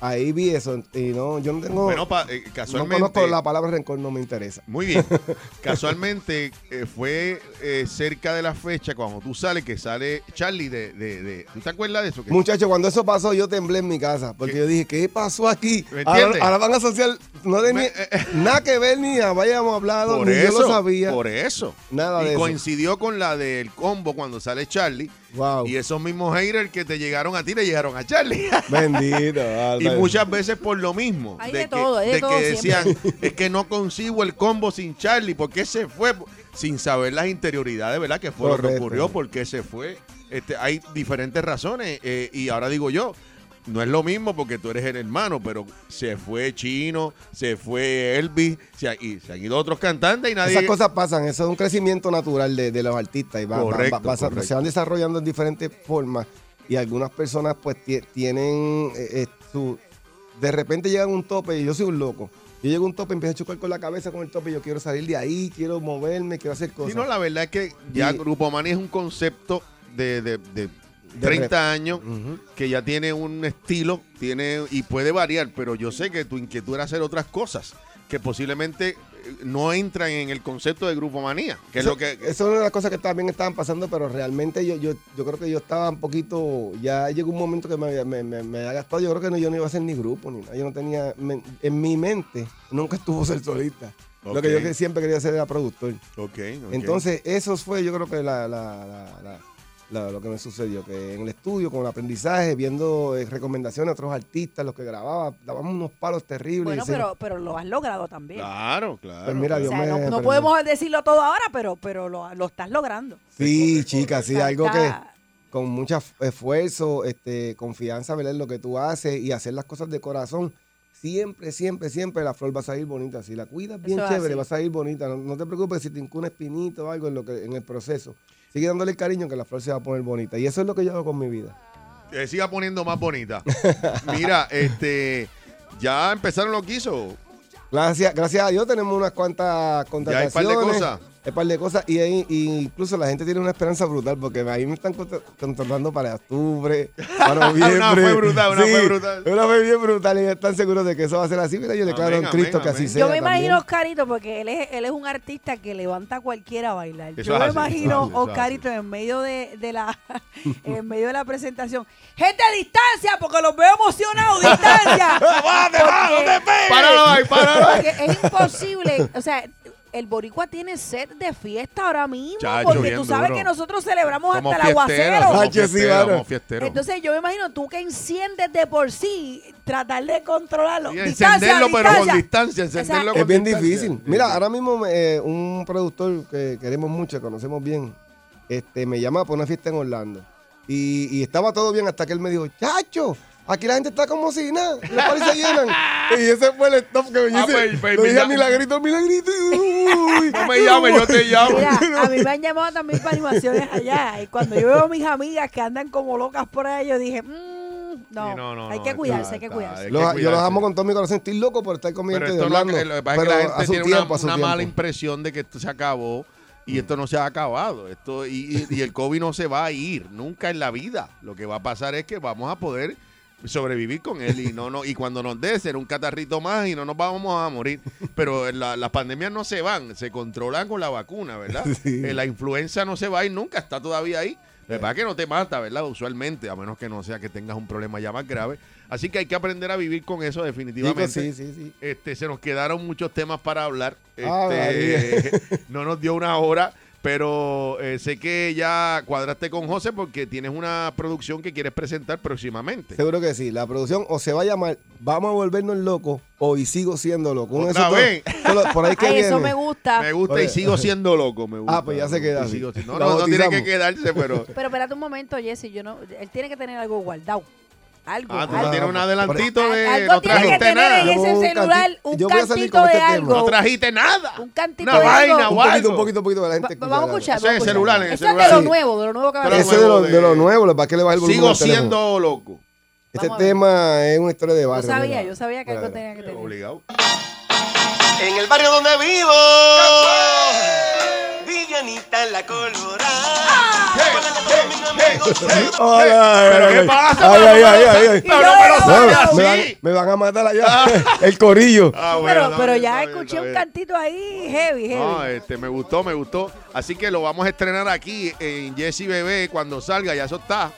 Speaker 6: ahí vi eso. Y no, yo no tengo.
Speaker 4: Bueno, pa- eh,
Speaker 6: no
Speaker 4: casualmente.
Speaker 6: conozco la palabra rencor, no me interesa.
Speaker 4: Muy bien. Casualmente eh, fue eh, cerca de la fecha cuando tú sales, que sale Charlie de... de, de- ¿Tú te acuerdas de eso? Que-
Speaker 6: Muchachos, cuando eso pasó, yo temblé en mi casa. Porque
Speaker 4: ¿Qué?
Speaker 6: yo dije, ¿qué pasó aquí?
Speaker 4: ¿Me entiendes?
Speaker 6: Ahora, ahora van a asociar. No tenía
Speaker 4: Me- eh.
Speaker 6: nada que ver ni habíamos hablado,
Speaker 4: por
Speaker 6: ni
Speaker 4: eso,
Speaker 6: yo lo sabía.
Speaker 4: Por eso.
Speaker 6: Nada
Speaker 4: y
Speaker 6: de eso.
Speaker 4: coincidió con la del combo cuando sale Charlie.
Speaker 6: Wow.
Speaker 4: Y esos mismos haters que te llegaron a ti le llegaron a Charlie.
Speaker 6: Bendito.
Speaker 4: Y
Speaker 6: Álvaro.
Speaker 4: muchas veces por lo mismo.
Speaker 5: Hay de todo, hay de
Speaker 4: de
Speaker 5: todo
Speaker 4: que decían,
Speaker 5: siempre.
Speaker 4: es que no consigo el combo sin Charlie, ¿por qué se fue? Sin saber las interioridades, ¿verdad? Que fue lo que
Speaker 6: Correcto.
Speaker 4: ocurrió, ¿por qué se fue? Este, hay diferentes razones. eh, y ahora digo yo, no es lo mismo porque tú eres el hermano, pero se fue Chino, se fue Elvis, se, ha- y se han ido otros cantantes y nadie...
Speaker 6: Esas cosas pasan, eso es un crecimiento natural de, de los artistas y va- va- va-
Speaker 4: Correcto,
Speaker 6: va- se-
Speaker 4: correcto.
Speaker 6: se van desarrollando en diferentes formas y algunas personas pues tie- tienen eh, eh, su... De repente llegan a un tope y yo soy un loco. Yo llego a un tope, empiezo a chocar con la cabeza con el tope, yo quiero salir de ahí, quiero moverme, quiero hacer cosas.
Speaker 4: Sí, no, la verdad es que ya
Speaker 6: Y-
Speaker 4: Grupo Manía es un concepto de, de- de
Speaker 6: De
Speaker 4: 30 años
Speaker 6: Ujú.
Speaker 4: que ya tiene un estilo tiene y puede variar, pero yo sé que tu inquietud era hacer otras cosas que posiblemente eh, no entran en el concepto de Grupo Manía, que es
Speaker 6: eso,
Speaker 4: lo que...
Speaker 6: eso es una de las cosas que también estaban pasando, pero realmente yo, yo, yo creo que yo estaba un poquito. Ya llegó un momento que me, había- me, me, me había gastado. Yo creo que no, yo no iba a hacer ni grupo ni nada. Yo no tenía. me- en mi mente nunca estuvo ser solista. Lo que yo
Speaker 4: Ok.
Speaker 6: que siempre quería ser era productor.
Speaker 4: Ok, ok.
Speaker 6: Entonces, eso fue, yo creo que la, la- la- la- la- lo que me sucedió, que en el estudio, con el aprendizaje, viendo eh, recomendaciones a otros artistas, los que grababa, dábamos unos palos terribles.
Speaker 5: bueno,
Speaker 6: y se-
Speaker 5: pero, pero lo has logrado también.
Speaker 4: Claro, claro.
Speaker 6: Pues mira,
Speaker 5: O
Speaker 4: claro.
Speaker 6: Dios
Speaker 5: sea,
Speaker 6: me
Speaker 5: no, no
Speaker 6: perdone.
Speaker 5: podemos decirlo todo ahora, pero, pero lo, lo estás logrando.
Speaker 6: Sí, chica, sí,
Speaker 5: Está-
Speaker 6: algo que.
Speaker 5: está-
Speaker 6: con mucho f- esfuerzo, este, confianza ¿verdad? en lo que tú haces y hacer las cosas de corazón. Siempre, siempre, siempre la flor va a salir bonita. Si la cuidas bien
Speaker 5: Eso es
Speaker 6: chévere,
Speaker 5: así.
Speaker 6: va a salir bonita. No, no te preocupes si te hinca un espinito o algo en, lo que, en el proceso. Sigue dándole el cariño que la flor se va a poner bonita. Y eso es lo que yo hago con mi vida.
Speaker 4: Eh, siga poniendo más bonita. mira, este... Ya empezaron los guisos.
Speaker 6: Gracias, gracias a Dios tenemos unas cuantas
Speaker 4: Ya hay un par
Speaker 6: contrataciones.
Speaker 4: de cosas.
Speaker 6: Es par de cosas. Y, ahí- y incluso la gente tiene una esperanza brutal porque ahí me están contra- contratando para octubre, para noviembre.
Speaker 10: Una fue brutal, una fue brutal.
Speaker 6: Una fue bien brutal y están seguros de que eso va a ser así. Mira, yo le
Speaker 10: Amén,
Speaker 6: claro en
Speaker 10: amén,
Speaker 6: Cristo que
Speaker 10: amén.
Speaker 6: así sea.
Speaker 5: Yo me
Speaker 6: también.
Speaker 5: imagino a Oscarito, porque él es, él es un artista que levanta a cualquiera a bailar.
Speaker 10: Eso
Speaker 5: Yo
Speaker 10: es
Speaker 5: me
Speaker 10: así,
Speaker 5: imagino
Speaker 10: eso es así, eso es
Speaker 5: Oscarito en medio de, de la en medio de la presentación. Gente a distancia, porque los veo emocionados, distancia.
Speaker 10: ¡Páralo ahí, páralo ahí!
Speaker 5: Porque es imposible, o sea, el boricua tiene sed de fiesta ahora mismo,
Speaker 4: Chacho,
Speaker 5: porque
Speaker 4: bien
Speaker 5: tú sabes
Speaker 4: duro.
Speaker 5: que nosotros celebramos
Speaker 4: Somos
Speaker 5: hasta el
Speaker 4: fiesteros,
Speaker 5: aguacero.
Speaker 4: somos
Speaker 6: Hacho, sí,
Speaker 4: fiesteros,
Speaker 6: mano.
Speaker 4: somos fiesteros.
Speaker 5: Entonces yo me imagino tú que enciendes de por sí, tratar de controlarlo.
Speaker 4: Sí,
Speaker 5: Distancia,
Speaker 4: encenderlo, pero
Speaker 5: distancia.
Speaker 4: con distancia, encenderlo
Speaker 5: Exacto.
Speaker 4: con
Speaker 6: Es bien
Speaker 4: distancia.
Speaker 6: difícil. Mira, ahora mismo me- eh, un productor que queremos mucho, conocemos bien, este, me llama para una fiesta en Orlando. Y, y estaba todo bien hasta que él me dijo, chacho, aquí la gente está como si nada, los paris se llenan. y ese fue el stop que me hice.
Speaker 4: Ah, pues, pues,
Speaker 6: Lo dije a
Speaker 4: mira-
Speaker 6: milagrito, milagrito. uy.
Speaker 4: No me llames, yo te llamo.
Speaker 5: Mira, a mí me han llamado también para animaciones allá. Y cuando yo veo a mis amigas que andan como locas por ahí, yo dije, "Mm, no,
Speaker 10: Sí, no, no,
Speaker 5: hay
Speaker 10: no,
Speaker 5: que
Speaker 10: está-
Speaker 5: cuidarse, hay que
Speaker 10: está-
Speaker 5: cuidarse.
Speaker 10: hay
Speaker 6: Los-
Speaker 10: que
Speaker 6: yo los
Speaker 10: cuidarse.
Speaker 6: amo con todo mi corazón, estoy loco por estar con mi
Speaker 4: Pero
Speaker 6: gente de
Speaker 4: esto no,
Speaker 6: Orlando.
Speaker 4: lo que pasa es que
Speaker 6: pero
Speaker 4: la
Speaker 6: a
Speaker 4: gente
Speaker 6: su
Speaker 4: tiene
Speaker 6: tiempo,
Speaker 4: una,
Speaker 6: a su
Speaker 4: una
Speaker 6: tiempo. Mm.
Speaker 4: mala impresión de que esto se acabó y esto no se ha acabado. Esto y, y- y el COVID no se va a ir nunca en la vida. Lo que va a pasar es que vamos a poder sobrevivir con él y no no y cuando nos dé será un catarrito más y no nos vamos a morir pero la- las pandemias no se van se controlan con la vacuna verdad Eh, la influenza no se va a ir nunca está todavía ahí
Speaker 6: Eh.
Speaker 4: la verdad que no te mata verdad usualmente a menos que no sea que tengas un problema ya más grave así que hay que aprender a vivir con eso definitivamente
Speaker 6: Digo, sí, sí, sí.
Speaker 4: este, se nos quedaron muchos temas para hablar.
Speaker 6: Ah,
Speaker 4: Este, no nos dio una hora, pero eh, sé que ya cuadraste con José porque tienes una producción que quieres presentar próximamente.
Speaker 6: Seguro que sí. La producción o se va a llamar Vamos a volvernos locos o y sigo siendo loco. Uno de
Speaker 4: Otra
Speaker 6: esos dos.
Speaker 4: vez.
Speaker 6: Solo- por ahí que
Speaker 5: Ay, eso
Speaker 6: viene.
Speaker 5: me gusta.
Speaker 4: Me gusta y
Speaker 6: Oye.
Speaker 4: sigo siendo loco, me gusta.
Speaker 6: Ah, pues ya se
Speaker 4: me
Speaker 6: queda
Speaker 4: gusta y
Speaker 6: así.
Speaker 4: sigo siendo-
Speaker 6: La
Speaker 4: No, no, no tiene que
Speaker 6: bautizamos.
Speaker 4: quedarse, pero... ah,
Speaker 5: Pero espérate un momento, Jesse, yo no, él tiene que tener algo guardado. Algo,
Speaker 4: Ah, tú no
Speaker 5: algo.
Speaker 4: tienes un adelantito de...
Speaker 5: Algo
Speaker 4: no
Speaker 5: tiene que
Speaker 4: trajiste
Speaker 5: tener en
Speaker 4: nada.
Speaker 6: Yo
Speaker 5: ese
Speaker 6: voy a buscar-
Speaker 5: celular un
Speaker 6: yo voy a salir
Speaker 5: cantito
Speaker 6: con
Speaker 5: de
Speaker 6: este
Speaker 5: algo.
Speaker 6: tema.
Speaker 4: No trajiste nada.
Speaker 5: Un cantito
Speaker 4: Una
Speaker 5: de algo.
Speaker 4: vaina,
Speaker 6: Un
Speaker 4: guardo.
Speaker 6: poquito, un poquito, un poquito para la
Speaker 5: Va-
Speaker 6: gente.
Speaker 5: va-
Speaker 6: escuche,
Speaker 5: vamos a
Speaker 6: dale.
Speaker 5: escuchar.
Speaker 4: Eso es
Speaker 5: vamos a
Speaker 4: el
Speaker 5: escuchar.
Speaker 4: celular, en el
Speaker 5: Eso es de
Speaker 4: celular.
Speaker 5: lo
Speaker 6: Sí.
Speaker 5: nuevo, de lo nuevo que va a
Speaker 4: Pero
Speaker 5: hacer.
Speaker 6: Ese es de lo, de lo
Speaker 4: de-
Speaker 6: nuevo, lo- para que le baje el volumen.
Speaker 4: Sigo
Speaker 6: al teléfono.
Speaker 4: siendo loco.
Speaker 6: Este
Speaker 5: Vamos a ver.
Speaker 6: tema es una historia de barrio.
Speaker 5: Yo sabía,
Speaker 6: mira.
Speaker 5: yo sabía que
Speaker 6: Mira,
Speaker 5: algo
Speaker 6: mira.
Speaker 5: tenía que tener.
Speaker 4: Obligado.
Speaker 7: En el barrio donde vivo, Vivianita en la colorada.
Speaker 6: Hola,
Speaker 4: ¿Pero
Speaker 6: ay,
Speaker 4: qué
Speaker 6: ay,
Speaker 4: pasa?
Speaker 6: ay, ay, ay, ay, ay.
Speaker 5: Y
Speaker 4: No,
Speaker 5: yo
Speaker 4: no me lo
Speaker 5: digo,
Speaker 4: sabía
Speaker 6: No,
Speaker 4: así.
Speaker 6: me, van, me van a matar allá. el corillo.
Speaker 4: Ah, bueno,
Speaker 5: Pero,
Speaker 4: está
Speaker 5: pero
Speaker 4: bien, está
Speaker 5: ya
Speaker 4: bien,
Speaker 5: escuché
Speaker 4: está
Speaker 5: un
Speaker 4: bien.
Speaker 5: cantito ahí heavy, heavy.
Speaker 4: No, este, me gustó, me gustó. Así que lo vamos a estrenar aquí en Jesse Bebé cuando salga, ya eso está.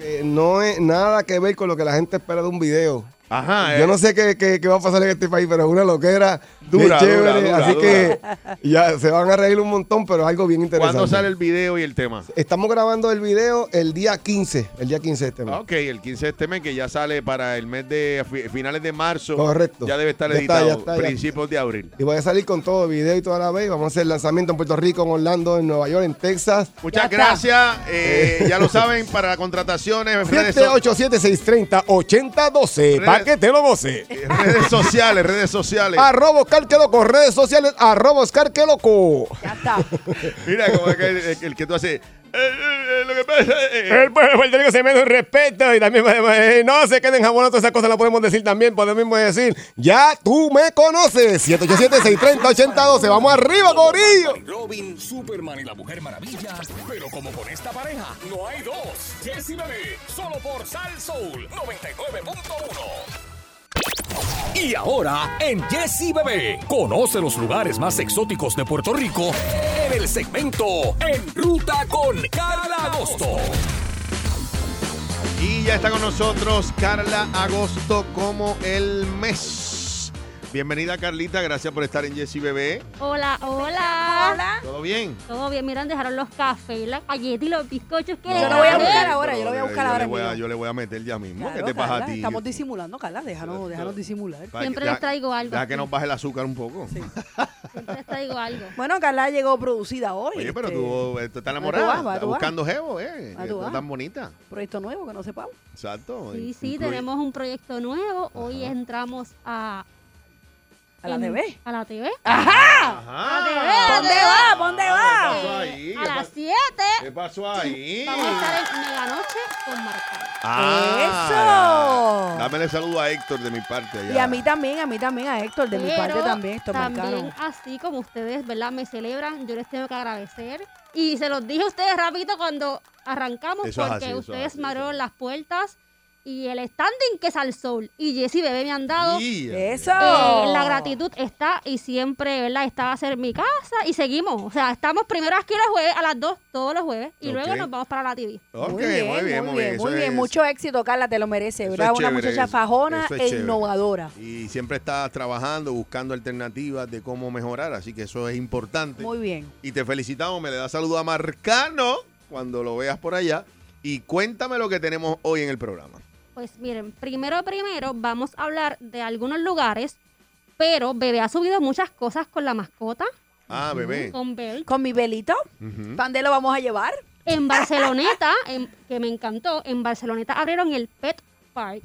Speaker 6: Eh, no es nada que ver con lo que la gente espera de un video.
Speaker 4: Ajá,
Speaker 6: Yo
Speaker 4: eh.
Speaker 6: no sé qué, qué- qué va a pasar en este país, pero es una loquera bien
Speaker 4: Dura,
Speaker 6: chévere.
Speaker 4: dura, dura,
Speaker 6: así
Speaker 4: dura.
Speaker 6: que ya se van a reír un montón, pero es algo bien interesante.
Speaker 4: ¿Cuándo sale el video y el tema?
Speaker 6: Estamos grabando el video el día 15, el día 15 de este mes.
Speaker 4: Ah, Ok, el 15 de este mes que ya sale para el mes de fi- finales de marzo.
Speaker 6: Correcto.
Speaker 4: Ya debe estar
Speaker 6: Ya está,
Speaker 4: editado,
Speaker 6: ya está, ya
Speaker 4: principios de abril.
Speaker 6: Y voy a salir con todo, video y toda la vez. Vamos a hacer el lanzamiento en Puerto Rico, en Orlando, en Nueva York, en Texas.
Speaker 4: Muchas
Speaker 5: está.
Speaker 4: gracias. eh, ya lo saben, para contrataciones, redes, so-
Speaker 6: 787-630-8012. Pa' que te lo goce.
Speaker 4: eh, redes sociales, redes sociales.
Speaker 6: Arroba Oscar Que Loco. Redes sociales, arroba Oscar Que Loco.
Speaker 5: Ya está.
Speaker 4: Mira, como es que el, el que tú haces. eh, eh, eh, lo que pasa es-
Speaker 11: El pueblo de Puerto Rico se merece un respeto y también podemos, eh, no se queden jabonados, todas esas cosas las podemos decir también, podemos decir,
Speaker 6: Ya tú me conoces. 787-630-8012. Vamos arriba, Corillo.
Speaker 1: Robin, Superman y la Mujer Maravilla. Pero como con esta pareja, no hay dos. Jessy Bebé, solo por Sal Soul 99.1. Y ahora, en Jessy Bebé, conoce los lugares más exóticos de Puerto Rico en el segmento En Ruta con Carla Agosto.
Speaker 4: Y ya está con nosotros Carla Agosto como el mes. Bienvenida Carlita, gracias por estar en Jessy Bebé.
Speaker 12: Hola, hola.
Speaker 5: Hola.
Speaker 4: ¿Todo bien?
Speaker 12: Todo bien, miran, dejaron los cafés, las galletas y los bizcochos. que
Speaker 5: Yo lo
Speaker 12: dejaron.
Speaker 5: voy a buscar ahora, yo lo voy a buscar
Speaker 4: yo
Speaker 5: ahora
Speaker 4: Le voy a,
Speaker 5: mismo.
Speaker 4: yo le voy a meter ya mismo.
Speaker 5: Claro,
Speaker 4: ¿Qué te pasa a
Speaker 5: Carla,
Speaker 4: ti?
Speaker 5: Estamos disimulando, Carla. Déjanos, déjanos disimular.
Speaker 4: Para que-
Speaker 12: Siempre
Speaker 4: deja-
Speaker 12: les traigo algo
Speaker 4: Deja
Speaker 12: aquí.
Speaker 4: que nos baje el azúcar un poco.
Speaker 12: Siempre les traigo algo.
Speaker 5: Bueno, Carla llegó producida hoy.
Speaker 4: Oye, pero
Speaker 5: este,
Speaker 4: tú eh, tú estás
Speaker 5: Ah,
Speaker 4: enamorada.
Speaker 5: tú vas, ah,
Speaker 4: Estás
Speaker 5: tú vas.
Speaker 4: buscando jevo, ¿eh?
Speaker 5: Ah, tú
Speaker 4: Estás
Speaker 5: vas.
Speaker 4: tan bonita.
Speaker 5: Proyecto nuevo que no sepamos.
Speaker 4: Exacto.
Speaker 12: Sí, sí,
Speaker 4: Incluye-
Speaker 12: tenemos un proyecto nuevo. Hoy entramos a
Speaker 5: ¿A la
Speaker 12: en-
Speaker 5: TV?
Speaker 12: A la TV.
Speaker 5: ¡Ajá!
Speaker 4: Ah,
Speaker 12: A la TV. a la
Speaker 5: ¿Dónde
Speaker 12: TV.
Speaker 5: va? ¿Dónde va?
Speaker 12: Eh,
Speaker 4: ahí?
Speaker 12: A
Speaker 4: ¿Qué
Speaker 12: las
Speaker 4: pa-
Speaker 12: 7
Speaker 4: ¿Qué pasó ahí?
Speaker 12: vamos a estar en Meganoche con Marcano.
Speaker 5: ¡Eso!
Speaker 4: ya. Ah. Dámele saludo a Héctor de mi parte. allá.
Speaker 5: Y a mí también, a mí también, a Héctor, de mi parte
Speaker 12: Pero
Speaker 5: también, esto es más
Speaker 12: también
Speaker 5: caro.
Speaker 12: así como ustedes, ¿verdad? Me celebran, yo les tengo que agradecer. Y se los dije a ustedes rapidito cuando arrancamos,
Speaker 4: Eso es
Speaker 12: porque
Speaker 4: así, eso es
Speaker 12: ustedes
Speaker 4: así, eso
Speaker 12: me abrieron las puertas y el standing que es al sol y Jessy Bebé me han dado.
Speaker 4: Yeah.
Speaker 5: ¡Eso!
Speaker 12: Eh, la gratitud está y siempre, ¿verdad? Esta va a ser mi casa y seguimos. O sea, estamos primero aquí los jueves, a las 2 todos los jueves y luego
Speaker 4: Ok.
Speaker 12: nos vamos para la TV.
Speaker 4: Ok,
Speaker 5: muy bien, muy bien, muy bien.
Speaker 4: eso es-
Speaker 5: Mucho éxito, Carla, te lo merece,
Speaker 4: eso
Speaker 5: ¿verdad?
Speaker 4: es
Speaker 5: Una
Speaker 4: chévere,
Speaker 5: muchacha
Speaker 4: eso-
Speaker 5: fajona
Speaker 4: eso es
Speaker 5: e
Speaker 4: chévere.
Speaker 5: innovadora.
Speaker 4: Y siempre estás trabajando, buscando alternativas de cómo mejorar, así que eso es importante.
Speaker 5: Muy bien.
Speaker 4: Y te felicitamos, me le das saludo a Marcano cuando lo veas por allá. Y cuéntame lo que tenemos hoy en el programa.
Speaker 12: Pues miren, primero, primero vamos a hablar de algunos lugares, pero bebé ha subido muchas cosas con la mascota,
Speaker 4: Ah, bebé.
Speaker 12: con Bel.
Speaker 5: Con mi velito,
Speaker 4: Ujú.
Speaker 5: ¿dónde lo vamos a llevar?
Speaker 12: En Barceloneta, en- que me encantó, en Barceloneta abrieron el Pet Park,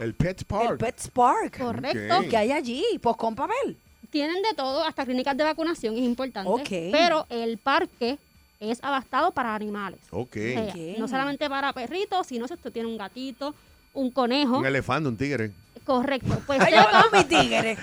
Speaker 4: El Pet
Speaker 5: El
Speaker 4: Park.
Speaker 5: Pet Spark.
Speaker 12: correcto.
Speaker 5: ¿Qué hay allí? Pues con papel.
Speaker 12: Tienen de todo, hasta clínicas de vacunación, es importante.
Speaker 5: Ok.
Speaker 12: Pero el parque es abastado para animales.
Speaker 4: Ok.
Speaker 12: O sea,
Speaker 5: Ok.
Speaker 12: No solamente para perritos, sino si usted tiene un gatito, un conejo.
Speaker 4: Un elefante, un tigre.
Speaker 12: Correcto. Pues
Speaker 5: Ay,
Speaker 12: sepa-
Speaker 5: no, mi tigre.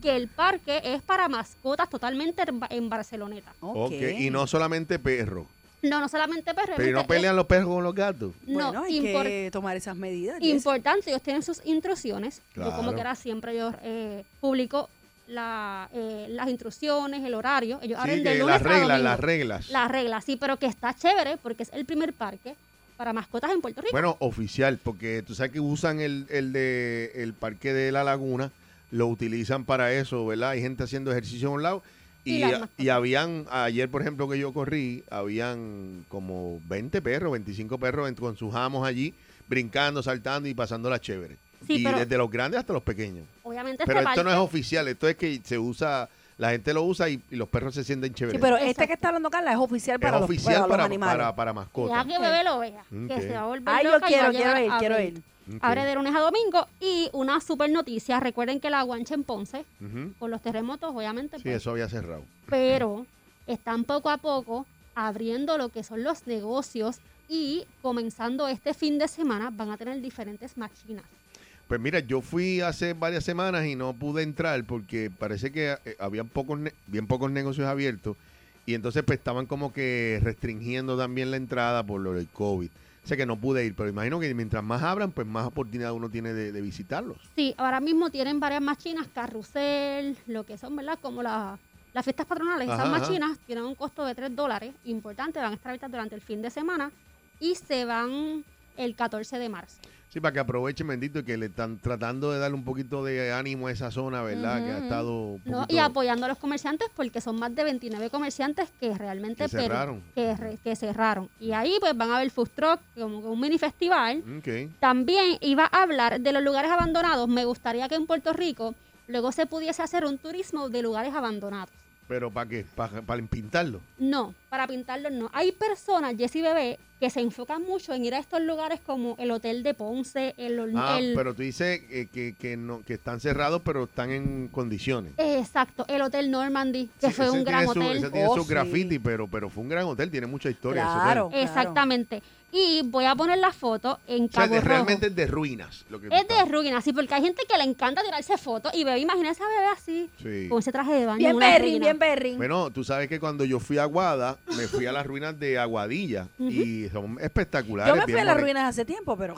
Speaker 12: que el parque es para mascotas totalmente en Ba- en Barceloneta.
Speaker 4: Ok. Y no solamente perro.
Speaker 12: No, no solamente eh, perros.
Speaker 4: Pero no
Speaker 12: realmente
Speaker 5: eh,
Speaker 4: pelean los perros con los gatos.
Speaker 12: es-
Speaker 5: Bueno,
Speaker 12: no,
Speaker 5: hay
Speaker 12: impor-
Speaker 5: que tomar esas medidas. Jessy.
Speaker 12: importante, ellos tienen sus intrusiones. Yo
Speaker 4: Claro.
Speaker 12: como que era siempre, yo eh, publico la, eh, las intrusiones, el horario. Ellos abren
Speaker 4: Sí,
Speaker 12: de
Speaker 4: que
Speaker 12: lunes
Speaker 4: las
Speaker 12: a
Speaker 4: reglas,
Speaker 12: domingo.
Speaker 4: las reglas.
Speaker 12: Las reglas, sí, pero que está chévere porque es el primer parque para mascotas en Puerto Rico.
Speaker 4: Bueno, oficial, porque tú sabes que usan el, el de el parque de la laguna, lo utilizan para eso, ¿verdad? Hay gente haciendo ejercicio a un lado.
Speaker 12: Y
Speaker 4: Y,
Speaker 12: las mascotas.
Speaker 4: y habían, ayer por ejemplo que yo corrí, habían como 20 perros, 25 perros en- con sus amos allí, brincando, saltando y pasándola chévere.
Speaker 12: Sí,
Speaker 4: y
Speaker 12: pero-
Speaker 4: desde los grandes hasta los pequeños.
Speaker 12: Obviamente
Speaker 4: Pero
Speaker 12: este
Speaker 4: esto no es
Speaker 12: parque-
Speaker 4: oficial, esto es que se usa, la gente lo usa y, y los perros se sienten chéveres.
Speaker 5: Sí, pero este
Speaker 12: Exacto.
Speaker 5: que está hablando Carla es oficial para
Speaker 4: es
Speaker 5: los,
Speaker 4: oficial
Speaker 5: para los
Speaker 4: para,
Speaker 5: animales.
Speaker 4: para, para mascotas.
Speaker 12: Deja que bebé lo vea,
Speaker 4: Ok.
Speaker 12: que se va a volver
Speaker 5: Ay, yo
Speaker 12: loca y va
Speaker 5: quiero,
Speaker 12: a
Speaker 5: quiero
Speaker 12: llegar
Speaker 5: ir,
Speaker 12: a
Speaker 5: quiero
Speaker 12: abril.
Speaker 5: ir.
Speaker 4: Ok.
Speaker 12: Abre de lunes a domingo y una super noticia. Recuerden que la guancha en Ponce,
Speaker 4: Ujú.
Speaker 12: con los terremotos, obviamente,
Speaker 4: Sí,
Speaker 12: pues,
Speaker 4: eso había cerrado.
Speaker 12: pero están poco a poco abriendo lo que son los negocios y comenzando este fin de semana van a tener diferentes máquinas.
Speaker 4: Pues mira, yo fui hace varias semanas y no pude entrar porque parece que eh, habían pocos ne- bien pocos negocios abiertos y entonces pues estaban como que restringiendo también la entrada por lo del COVID. O sea que no pude ir, pero imagino que mientras más abran, pues más oportunidad uno tiene de, de visitarlos.
Speaker 12: Sí, ahora mismo tienen varias máquinas, carrusel, lo que son, ¿verdad? Como la- las fiestas patronales, esas
Speaker 4: Ajá, ajá.
Speaker 12: máquinas tienen un costo de 3 dólares, importante, van a estar abiertas durante el fin de semana y se van el 14 de marzo.
Speaker 4: Sí, para que aprovechen, bendito, y que le están tratando de darle un poquito de ánimo a esa zona, ¿verdad? Que ha
Speaker 12: Ujú.
Speaker 4: estado... un
Speaker 12: No, y
Speaker 4: poquito-
Speaker 12: apoyando a los comerciantes porque son más de 29 comerciantes que realmente
Speaker 4: Que
Speaker 12: per-
Speaker 4: cerraron.
Speaker 12: que re- que cerraron. Y ahí pues van a ver food truck, como que un mini festival.
Speaker 4: Ok.
Speaker 12: También iba a hablar de los lugares abandonados. Me gustaría que en Puerto Rico luego se pudiese hacer un turismo de lugares abandonados.
Speaker 4: Pero ¿para qué? ¿Para, para pintarlo?
Speaker 12: No, para pintarlos no. Hay personas, Jessy Bebé, que se enfocan mucho en ir a estos lugares como el Hotel de Ponce, el... Horn-
Speaker 4: Ah,
Speaker 12: el-
Speaker 4: pero tú dices eh, que, que, no, que están cerrados, pero están en condiciones.
Speaker 12: Exacto, el Hotel Normandy, que
Speaker 4: Sí,
Speaker 12: fue
Speaker 4: ese
Speaker 12: un gran
Speaker 4: tiene su-
Speaker 12: hotel.
Speaker 4: ese tiene
Speaker 5: Oh,
Speaker 4: su
Speaker 5: sí.
Speaker 4: graffiti, pero, pero fue un gran hotel, tiene mucha historia. ese hotel.
Speaker 5: Claro.
Speaker 12: Exactamente. Y voy a poner la foto en
Speaker 4: Oh, O sea,
Speaker 12: Cabo
Speaker 4: de-
Speaker 12: Rojo.
Speaker 4: realmente es de ruinas. Lo que tú
Speaker 12: es de
Speaker 4: estabas-
Speaker 12: ruina, sí, porque hay gente que le encanta tirarse fotos y bebé, imagínese a bebé así,
Speaker 4: Sí.
Speaker 12: con ese traje de baño. en
Speaker 5: Bien
Speaker 12: una
Speaker 5: berrin,
Speaker 12: ruina.
Speaker 5: bien berrin.
Speaker 4: Bueno, tú sabes que cuando yo fui a Aguada, me fui a las ruinas de Aguadilla y son espectaculares.
Speaker 5: Yo me fui
Speaker 4: bien
Speaker 5: a las
Speaker 4: bonitas.
Speaker 5: ruinas hace tiempo, pero...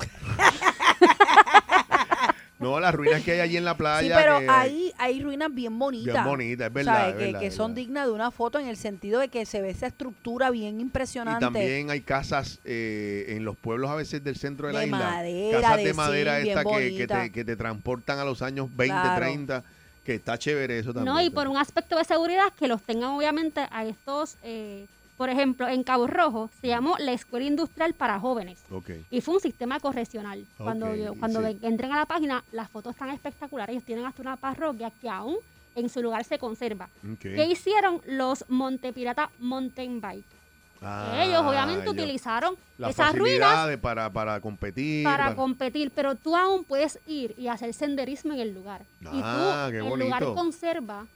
Speaker 4: No, las ruinas que hay allí en la playa.
Speaker 5: Sí, pero
Speaker 4: que-
Speaker 5: ahí hay ruinas bien bonitas.
Speaker 4: Bien bonitas, es verdad,
Speaker 5: ¿sabes?
Speaker 4: es
Speaker 5: que,
Speaker 4: verdad,
Speaker 5: que
Speaker 4: es
Speaker 5: son
Speaker 4: verdad.
Speaker 5: dignas de una foto en el sentido de que se ve esa estructura bien
Speaker 4: Y
Speaker 5: impresionante.
Speaker 4: también hay casas eh, en los pueblos a veces del centro de, la
Speaker 5: De
Speaker 4: isla.
Speaker 5: madera,
Speaker 4: casas
Speaker 5: de
Speaker 4: de madera
Speaker 5: zinc, bien
Speaker 4: esta que, que
Speaker 5: bonita.
Speaker 4: te, que te transportan a los años 20,
Speaker 5: Claro.
Speaker 4: 30, que está chévere eso también.
Speaker 12: No, y por un aspecto de seguridad que los tengan obviamente a estos, eh, por ejemplo, en Cabo Rojo se llamó la Escuela Industrial para Jóvenes.
Speaker 4: Ok.
Speaker 12: Y fue un sistema correccional. Cuando,
Speaker 4: Ok,
Speaker 12: yo- cuando
Speaker 4: sí.
Speaker 12: ve- entren a la página, las fotos están espectaculares. Ellos tienen hasta una parroquia que aún en su lugar se conserva.
Speaker 4: Ok.
Speaker 12: ¿Qué hicieron los Montepirata Mountain Bike?
Speaker 4: Ah,
Speaker 12: Ellos obviamente
Speaker 4: ellos.
Speaker 12: utilizaron
Speaker 4: Las
Speaker 12: esas ruinas
Speaker 4: facilidades para, para competir.
Speaker 12: para
Speaker 4: la-
Speaker 12: competir, pero tú aún puedes ir y hacer senderismo en el lugar.
Speaker 4: Ah,
Speaker 12: y
Speaker 4: qué
Speaker 12: tú, el lugar
Speaker 4: bonito.
Speaker 12: conserva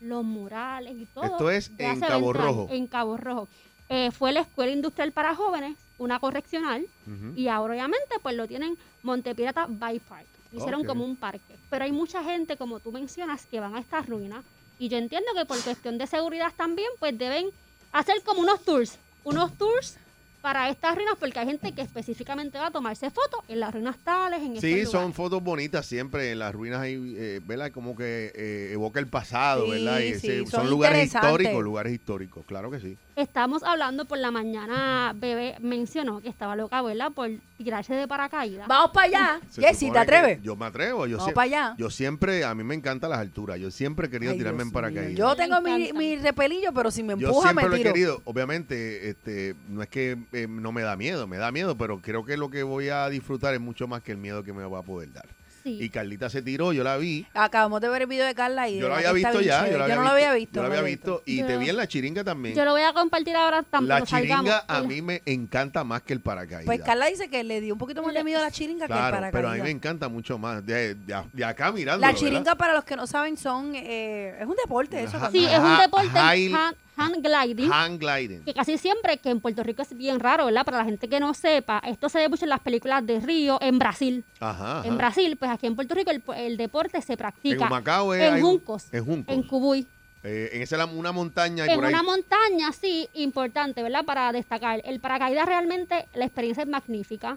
Speaker 12: los murales y todo.
Speaker 4: Esto es
Speaker 12: de
Speaker 4: en
Speaker 12: hace
Speaker 4: Cabo
Speaker 12: 20 años,
Speaker 4: Rojo.
Speaker 12: En Cabo Rojo. Eh, fue la Escuela Industrial para Jóvenes, una correccional,
Speaker 4: Ujú.
Speaker 12: y ahora obviamente pues lo tienen Montepirata Bay Park. Lo Hicieron
Speaker 4: Ok.
Speaker 12: como un parque. Pero hay mucha gente, como tú mencionas, que van a estas ruinas. Y yo entiendo que por cuestión de seguridad también, pues deben hacer como unos tours. Unos tours para estas ruinas, porque hay gente que específicamente va a tomarse fotos en las ruinas tales, en
Speaker 4: Sí,
Speaker 12: estos
Speaker 4: son
Speaker 12: lugares.
Speaker 4: fotos bonitas siempre. En las ruinas hay, eh, ¿verdad? Como que eh, evoca el pasado,
Speaker 12: Sí,
Speaker 4: ¿verdad? Y
Speaker 12: sí,
Speaker 4: ese-
Speaker 12: son
Speaker 4: son lugares
Speaker 12: interesantes.
Speaker 4: históricos, lugares históricos, claro que sí.
Speaker 12: Estamos hablando por la mañana, Bebé mencionó que estaba loca, ¿verdad? Por tirarse de paracaídas.
Speaker 5: Vamos para allá.
Speaker 4: Se supone que- Yo me atrevo. Yo,
Speaker 12: Vamos
Speaker 4: sie-
Speaker 12: pa' allá.
Speaker 4: yo siempre, a mí me encantan las alturas. Yo siempre he querido
Speaker 5: Ay,
Speaker 4: tirarme
Speaker 5: Dios
Speaker 4: en paracaídas.
Speaker 5: Yo tengo mi, mi repelillo, pero si me
Speaker 4: Yo
Speaker 5: empuja, me
Speaker 4: siempre lo he
Speaker 5: tiro.
Speaker 4: querido. Obviamente, este, no es que eh, no me da miedo, me da miedo, pero creo que lo que voy a disfrutar es mucho más que el miedo que me va a poder dar.
Speaker 12: Sí.
Speaker 4: Y Carlita se tiró, yo la vi.
Speaker 5: Acabamos de ver el video de Carla y de
Speaker 4: Yo lo
Speaker 5: verdad
Speaker 4: había
Speaker 5: que está
Speaker 4: visto
Speaker 5: bien
Speaker 4: ya.
Speaker 5: chévere.
Speaker 4: Yo, lo
Speaker 5: no lo había visto.
Speaker 4: Yo lo
Speaker 5: no
Speaker 4: había visto. Y
Speaker 12: Yo-
Speaker 4: te vi en la chiringa también.
Speaker 12: Yo lo voy a compartir ahora tan
Speaker 4: la
Speaker 12: pronto salgamos.
Speaker 4: chiringa a mí me encanta más que el paracaídas.
Speaker 5: Pues Carla dice que le dio un poquito más de miedo a la chiringa que
Speaker 4: claro,
Speaker 5: para
Speaker 4: pero a mí me encanta mucho más. De, de- de acá mirando.
Speaker 5: La chiringa, para los que no saben, son eh, es un deporte eso.
Speaker 4: Ajá.
Speaker 5: Carla.
Speaker 12: Sí, es un
Speaker 4: Ah,
Speaker 12: deporte
Speaker 4: high-
Speaker 12: hand, hand gliding.
Speaker 4: Hand gliding.
Speaker 12: que casi siempre, que en Puerto Rico es bien raro, ¿verdad? Para la gente que no sepa, esto se ve mucho en las películas de Río, en Brasil.
Speaker 4: Ajá. ajá.
Speaker 12: En Brasil, pues aquí en Puerto Rico el, el deporte se practica.
Speaker 4: En Humacao es-
Speaker 12: En
Speaker 4: hay-
Speaker 12: Juncos.
Speaker 4: en Juncos.
Speaker 12: En Cubuy.
Speaker 4: Eh, en esa la- una montaña y
Speaker 12: En
Speaker 4: por ahí.
Speaker 12: una montaña, sí, importante, ¿verdad? Para destacar. El paracaídas realmente, la experiencia es magnífica.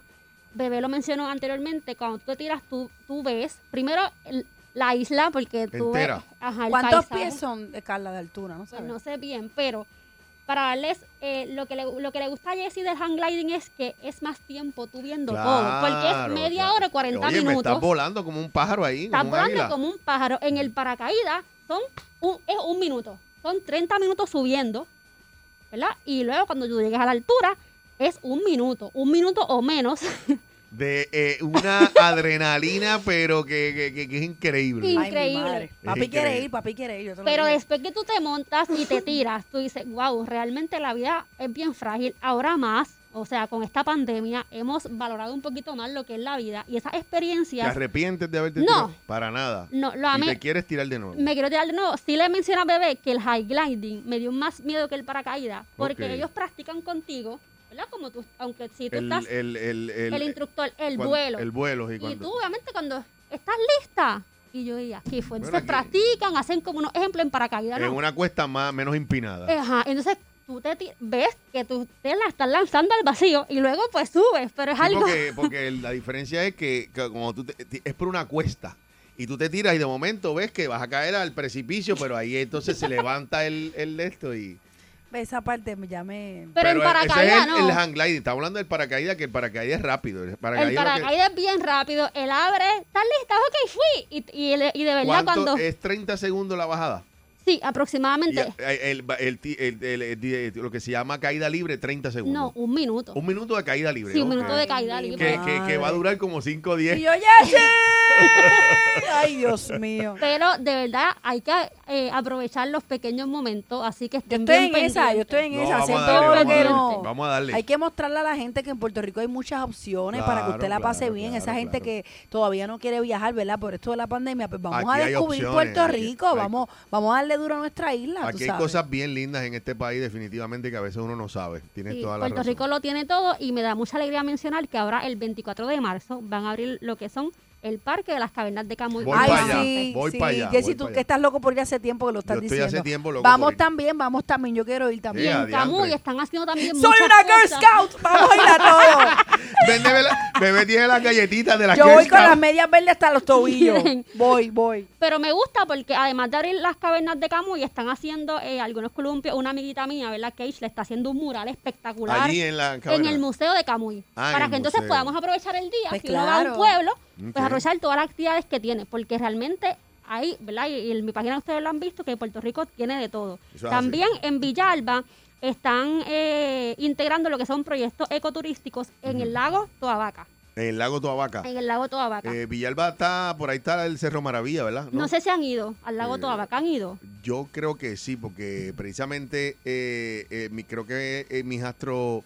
Speaker 12: Bebé lo mencionó anteriormente, cuando tú te tiras, tú, tú ves primero el- la isla, porque tú ves-
Speaker 5: Entera.
Speaker 12: ajá, el
Speaker 5: ¿Cuántos
Speaker 12: paisaje.
Speaker 5: pies son de Carla de altura? No
Speaker 12: Pues
Speaker 5: sabes.
Speaker 12: no sé bien, pero para darles eh, lo, que le, lo que le gusta a Jessy del hang gliding es que es más tiempo tú viendo todo. Porque es
Speaker 4: Claro,
Speaker 12: media
Speaker 4: claro.
Speaker 12: hora, 40
Speaker 4: Oye, me
Speaker 12: minutos.
Speaker 4: estás volando como un pájaro ahí.
Speaker 12: Estás
Speaker 4: como un
Speaker 12: volando
Speaker 4: águila.
Speaker 12: como un pájaro. En el paracaídas son un, es un minuto. Son 30 minutos subiendo, ¿verdad? Y luego cuando tú llegas a la altura es un minuto, un minuto o menos.
Speaker 4: De eh, una adrenalina, pero que, que- que- que es increíble.
Speaker 12: Ay, mi Increíble. madre.
Speaker 4: Es
Speaker 5: Papi quiere
Speaker 4: increíble.
Speaker 5: ir, papi quiere ir. yo te lo
Speaker 12: Pero
Speaker 5: digo.
Speaker 12: después que tú te montas y te tiras, tú dices, wow, realmente la vida es bien frágil. Ahora más, o sea, con esta pandemia hemos valorado un poquito más lo que es la vida y esas
Speaker 4: ¿Te
Speaker 12: experiencias.
Speaker 4: arrepientes de haberte
Speaker 12: No.
Speaker 4: tirado? Para nada.
Speaker 12: No, lo
Speaker 4: Y
Speaker 12: amé.
Speaker 4: te quieres tirar de nuevo.
Speaker 12: Me quiero tirar de nuevo. Sí le menciona a Bebé que el high gliding me dio más miedo que el paracaídas, porque
Speaker 4: Ok.
Speaker 12: ellos practican contigo, ¿verdad? Como tú, aunque si tú
Speaker 4: el,
Speaker 12: estás, el,
Speaker 4: el- el- el-
Speaker 12: instructor, el
Speaker 4: cuan-
Speaker 12: vuelo.
Speaker 4: El vuelo. Y
Speaker 12: Y
Speaker 4: cuando-
Speaker 12: tú, obviamente, cuando estás lista, y yo, y aquí fue. Entonces
Speaker 4: Bueno,
Speaker 12: practican, hacen como unos ejemplos en paracaídas.
Speaker 4: en
Speaker 12: ¿no?
Speaker 4: una cuesta más menos empinada.
Speaker 12: Ajá, entonces tú te ti- ves que tú te la estás lanzando al vacío y luego pues subes, pero es
Speaker 4: Sí,
Speaker 12: algo...
Speaker 4: porque, porque la diferencia es que, que como tú te- ti- es por una cuesta y tú te tiras y de momento ves que vas a caer al precipicio, pero ahí entonces se levanta el, el de esto y... e,
Speaker 5: Esa parte me- ya me...
Speaker 4: ese es el, el hang gliding. Estamos hablando del paracaídas, que el paracaídas es rápido. El paracaídas,
Speaker 12: el
Speaker 4: lo que-
Speaker 12: paracaídas es bien rápido, el abre, estás lista, ok, fui. Y, y, el- y de verdad
Speaker 4: ¿cuánto
Speaker 12: cuando...
Speaker 4: es 30 segundos la bajada?
Speaker 12: Sí,
Speaker 4: Y eh,
Speaker 12: aproximadamente.
Speaker 4: a- el- el- el- el- el- el- lo que se llama caída libre, 30 segundos.
Speaker 12: No, un minuto.
Speaker 4: Un minuto de caída libre.
Speaker 12: Sí, un
Speaker 4: ok.
Speaker 12: minuto de caída libre.
Speaker 4: Que, que- que va a durar como 5 o 10.
Speaker 5: Y yo, ¡Yeshi! Ay, Dios mío.
Speaker 12: Pero de verdad hay que eh, aprovechar los pequeños momentos, así que estén
Speaker 5: estoy
Speaker 12: bien
Speaker 5: en esa, yo estoy
Speaker 12: pendientes.
Speaker 4: No,
Speaker 5: en esa.
Speaker 4: vamos a
Speaker 5: Siento
Speaker 4: darle, vamos a
Speaker 5: que
Speaker 4: darle,
Speaker 5: no.
Speaker 4: vamos a darle.
Speaker 5: Hay que mostrarle a la gente que en Puerto Rico hay muchas opciones para que usted la
Speaker 4: Claro,
Speaker 5: pase
Speaker 4: claro,
Speaker 5: bien.
Speaker 4: claro,
Speaker 5: esa gente que todavía no quiere viajar, ¿verdad? Por esto de la pandemia, pues vamos
Speaker 4: Aquí
Speaker 5: a
Speaker 4: hay
Speaker 5: descubrir
Speaker 4: opciones,
Speaker 5: Puerto
Speaker 4: hay-
Speaker 5: Rico.
Speaker 4: hay-
Speaker 5: vamos, vamos a darle duro a nuestra isla. tú
Speaker 4: Aquí hay
Speaker 5: sabes.
Speaker 4: cosas bien lindas en este país, definitivamente, que a veces uno no sabe. Tienes
Speaker 12: Sí,
Speaker 4: toda la
Speaker 12: Puerto
Speaker 4: razón.
Speaker 12: Rico lo tiene todo y me da mucha alegría mencionar que ahora el 24 de marzo van a abrir lo que son el Parque de las Cavernas de Camuy.
Speaker 4: Voy
Speaker 5: Ay,
Speaker 4: pa' allá,
Speaker 5: sí,
Speaker 4: voy
Speaker 5: sí.
Speaker 4: pa' allá,
Speaker 5: Jessy,
Speaker 4: voy
Speaker 5: tú
Speaker 4: pa'
Speaker 5: que
Speaker 4: allá.
Speaker 5: estás loco por ir hace tiempo que lo estás
Speaker 4: Yo estoy
Speaker 5: diciendo.
Speaker 4: hace tiempo loco por
Speaker 5: vamos
Speaker 4: ir.
Speaker 5: también, vamos también. Yo quiero ir
Speaker 12: Y
Speaker 5: también.
Speaker 4: Yeah,
Speaker 12: en Camuy
Speaker 4: diantre.
Speaker 12: están haciendo también
Speaker 5: Soy
Speaker 12: muchas
Speaker 5: una Girl
Speaker 12: cosas.
Speaker 5: Scout. Vamos a ir a todo.
Speaker 4: Véndeme la- Bebé tiene las galletitas de la
Speaker 5: Yo
Speaker 4: Girl
Speaker 5: voy con
Speaker 4: Scout.
Speaker 5: las medias verdes hasta los tobillos.
Speaker 12: Miren.
Speaker 5: Voy, voy.
Speaker 12: Pero me gusta porque además de abrir las cavernas de Camuy, están haciendo eh, algunos columpios. Una amiguita mía, ¿verdad? Cage le está haciendo un mural espectacular
Speaker 4: Allí en la caverna.
Speaker 12: el Museo de Camuy.
Speaker 4: Ah, en
Speaker 12: para
Speaker 4: el
Speaker 12: que entonces
Speaker 4: museo.
Speaker 12: podamos aprovechar el día.
Speaker 5: Pues
Speaker 12: si uno va a un
Speaker 5: claro.
Speaker 12: pueblo,
Speaker 4: Ok.
Speaker 12: pues aprovechar todas las actividades que tiene. Porque realmente ahí, ¿verdad? Y en mi página ustedes lo han visto, que Puerto Rico tiene de todo.
Speaker 4: Eso es así.
Speaker 12: También en Villalba están eh, integrando lo que son proyectos ecoturísticos en el lago Toabaca.
Speaker 4: En el lago Toabaca.
Speaker 12: En el lago Toabaca.
Speaker 4: Eh, Villalba está, por ahí está el Cerro Maravilla, ¿verdad?
Speaker 12: No sé si han ido al lago
Speaker 4: Eh,
Speaker 12: Toabaca, han ido.
Speaker 4: Yo creo que sí, porque precisamente eh, eh, mi- creo que eh, mis astros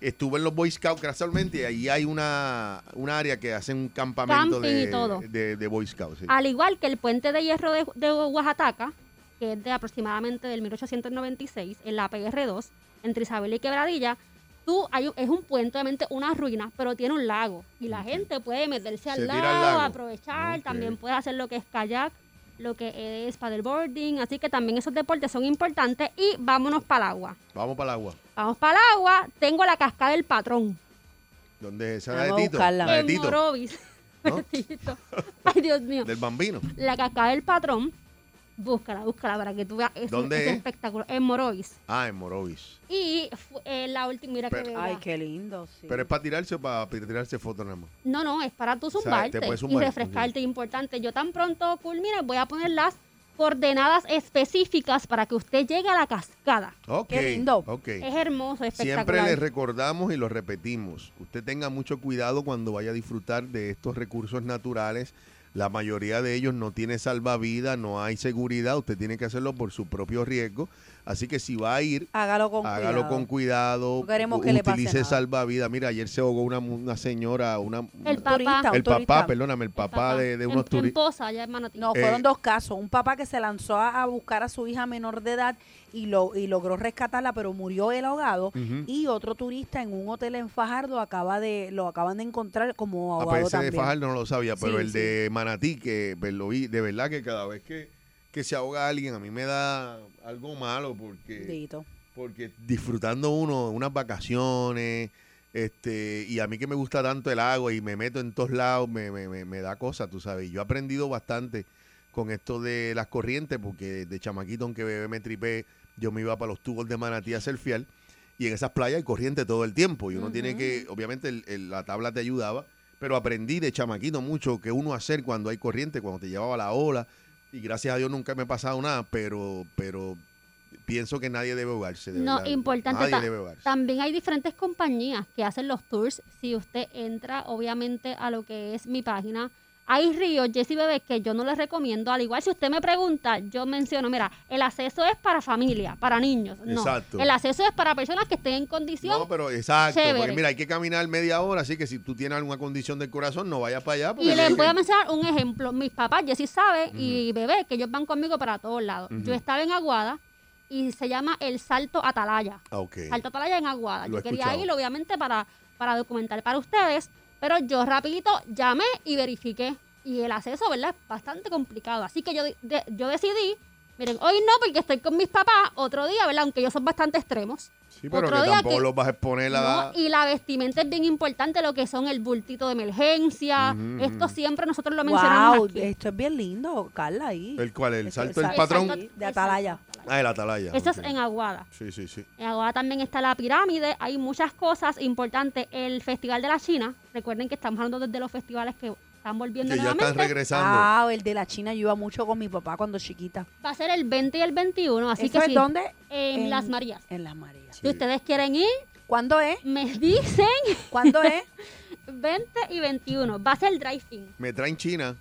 Speaker 4: estuve en los Boy Scouts casualmente y ahí hay una, un área que hacen un campamento
Speaker 12: Camping
Speaker 4: de,
Speaker 12: y todo. Ah.
Speaker 4: de, de Boy Scouts. sí.
Speaker 12: Al igual que el puente de hierro de, de Oaxaca, que es de aproximadamente del 1896, en la PR2, entre Isabel y Quebradilla, tú, hay, un- es un puente, obviamente una ruina, pero tiene un lago. Y la gente puede meterse al
Speaker 13: Se tira
Speaker 12: lago,
Speaker 13: al lago.
Speaker 12: aprovechar, también puede hacer lo que es kayak, lo que es paddleboarding. Así que también esos deportes son importantes. Y vámonos para el agua.
Speaker 4: Vamos para el agua.
Speaker 12: Vamos para el agua. Tengo la cascada del patrón.
Speaker 4: ¿Dónde es esa? La de
Speaker 12: Vamos a
Speaker 4: Tito.
Speaker 12: buscarla.
Speaker 4: La de
Speaker 12: En
Speaker 4: Tito.
Speaker 12: Morovis. Tito. Ay, Dios mío.
Speaker 4: Del bambino.
Speaker 12: La cascada del patrón, búscala, búscala para que tú veas. Es,
Speaker 4: ¿Dónde
Speaker 12: es
Speaker 4: es?
Speaker 12: espectacular. En Morovis.
Speaker 4: Ah, en Morovis.
Speaker 12: Y fu- eh, la última, mira que
Speaker 4: Pero-
Speaker 12: bella.
Speaker 4: Ay,
Speaker 5: qué lindo, sí.
Speaker 4: Pero es para tirarse o para para tirarse fotos nada más.
Speaker 12: No, no, es para tú
Speaker 4: sea, te
Speaker 12: zumbarte
Speaker 4: puedes
Speaker 12: y
Speaker 4: zumbar,
Speaker 12: refrescarte, importante. Yo tan pronto culmine, voy a poner las coordenadas específicas para que usted llegue a la cascada.
Speaker 4: Ok. ok.
Speaker 12: Es hermoso, espectacular.
Speaker 4: Siempre les recordamos y lo repetimos. Usted tenga mucho cuidado cuando vaya a disfrutar de estos recursos naturales. La mayoría de ellos no tiene salvavidas, no hay seguridad. Usted tiene que hacerlo por su propio riesgo. Así que si va a ir,
Speaker 5: Hágalo con
Speaker 4: hágalo
Speaker 5: cuidado.
Speaker 4: con cuidado.
Speaker 5: No queremos que le pase
Speaker 4: utilice
Speaker 5: nada.
Speaker 4: salvavidas. Mira, ayer se ahogó una, mu- una señora, una,
Speaker 12: El papá. Turista, un
Speaker 4: el papá,
Speaker 5: turista.
Speaker 4: perdóname, el papá, de, de
Speaker 12: En-
Speaker 4: unos
Speaker 12: en,
Speaker 4: turistas.
Speaker 12: Poza, allá en Manatí.
Speaker 5: No,
Speaker 4: Eh,
Speaker 5: fueron dos casos. Un papá que se lanzó a, a buscar a su hija menor de edad y, lo, y logró rescatarla, pero murió él ahogado.
Speaker 4: Ujú.
Speaker 5: Y otro turista en un hotel en Fajardo acaba de, lo acaban de encontrar como
Speaker 4: A
Speaker 5: ahogado
Speaker 4: Ah, pues de
Speaker 5: también.
Speaker 4: Fajardo no lo sabía, pero
Speaker 5: Sí,
Speaker 4: el
Speaker 5: sí.
Speaker 4: de Manatí, que pues, lo vi, de verdad que cada vez que, que se ahoga alguien, a mí me da algo malo porque...
Speaker 5: Dito.
Speaker 4: porque disfrutando uno unas vacaciones este y a mí que me gusta tanto el agua y me meto en todos lados me, me, me- me da cosa tú sabes yo he aprendido bastante con esto de las corrientes porque de chamaquito aunque bebé me tripé yo me iba para los tubos de manatí a hacer fiel y en esas playas hay corriente todo el tiempo y uno tiene que obviamente el- el- la tabla te ayudaba pero aprendí de chamaquito mucho que uno hacer cuando hay corriente cuando te llevaba la ola y gracias a Dios nunca me ha pasado nada pero pero pienso que nadie debe ahogarse. De
Speaker 12: No,
Speaker 4: verdad.
Speaker 12: importante.
Speaker 4: Nadie
Speaker 12: ta-
Speaker 4: debe ahogarse.
Speaker 12: también hay diferentes compañías que hacen los tours. Si usted entra, obviamente, a lo que es mi página. Hay ríos, Jessy Bebé, que yo no les recomiendo. Al igual, si usted me pregunta, yo menciono, mira, el acceso es para familia, para niños. No,
Speaker 4: Exacto.
Speaker 12: El acceso es para personas que estén en condición.
Speaker 4: No, pero exacto.
Speaker 12: Chévere.
Speaker 4: Porque mira, hay que caminar media hora, así que si tú tienes alguna condición del corazón, no vayas para allá.
Speaker 12: Y
Speaker 4: porque
Speaker 12: les
Speaker 4: tienes
Speaker 12: voy a
Speaker 4: que-
Speaker 12: mencionar un ejemplo. Mis papás, Jessy sabe, y bebé, que ellos van conmigo para todos lados.
Speaker 4: Ujú.
Speaker 12: Yo estaba en Aguada y se llama el Salto Atalaya.
Speaker 4: Ah, ok.
Speaker 12: Salto Atalaya en Aguada.
Speaker 4: Lo he
Speaker 12: yo quería
Speaker 4: escuchado.
Speaker 12: ir, obviamente, para, para documentar para ustedes, pero yo rapidito llamé y verifiqué. Y el acceso, ¿verdad? Es bastante complicado. Así que yo, de- de- yo decidí, miren, hoy no porque estoy con mis papás, otro día, ¿verdad? Aunque ellos son bastante extremos.
Speaker 4: Sí, pero
Speaker 12: otro
Speaker 4: que
Speaker 12: día
Speaker 4: tampoco
Speaker 12: que-
Speaker 4: los vas a exponer a...
Speaker 12: no, y la vestimenta es bien importante, lo que son el bultito de emergencia.
Speaker 4: Ujú,
Speaker 12: Esto
Speaker 4: ujú.
Speaker 12: siempre nosotros lo mencionamos.
Speaker 5: Wow,
Speaker 12: aquí.
Speaker 5: esto es bien lindo, Carla, ahí.
Speaker 4: ¿El cual? ¿El salto del
Speaker 5: Exacto,
Speaker 4: patrón?
Speaker 5: sí, De Atalaya.
Speaker 4: Ah, el atalaya.
Speaker 12: Eso es
Speaker 4: ok.
Speaker 12: en Aguada.
Speaker 4: Sí, sí, sí.
Speaker 12: En Aguada también está la pirámide, hay muchas cosas importantes. El Festival de la China, recuerden que estamos hablando de los festivales que están volviendo nuevamente.
Speaker 5: Ah, el de la China. Yo iba mucho con mi papá cuando chiquita.
Speaker 12: Va a ser el 20 y el 21, así
Speaker 5: ¿Eso
Speaker 12: que
Speaker 5: es
Speaker 12: sí.
Speaker 5: dónde?
Speaker 12: En,
Speaker 5: En-
Speaker 12: Las Marías.
Speaker 5: En Las Marías.
Speaker 12: Si ustedes quieren ir...
Speaker 5: ¿Cuándo es?
Speaker 12: Me dicen...
Speaker 5: ¿Cuándo es?
Speaker 12: 20 y 21. Va a ser el drive-in.
Speaker 4: Me traen China.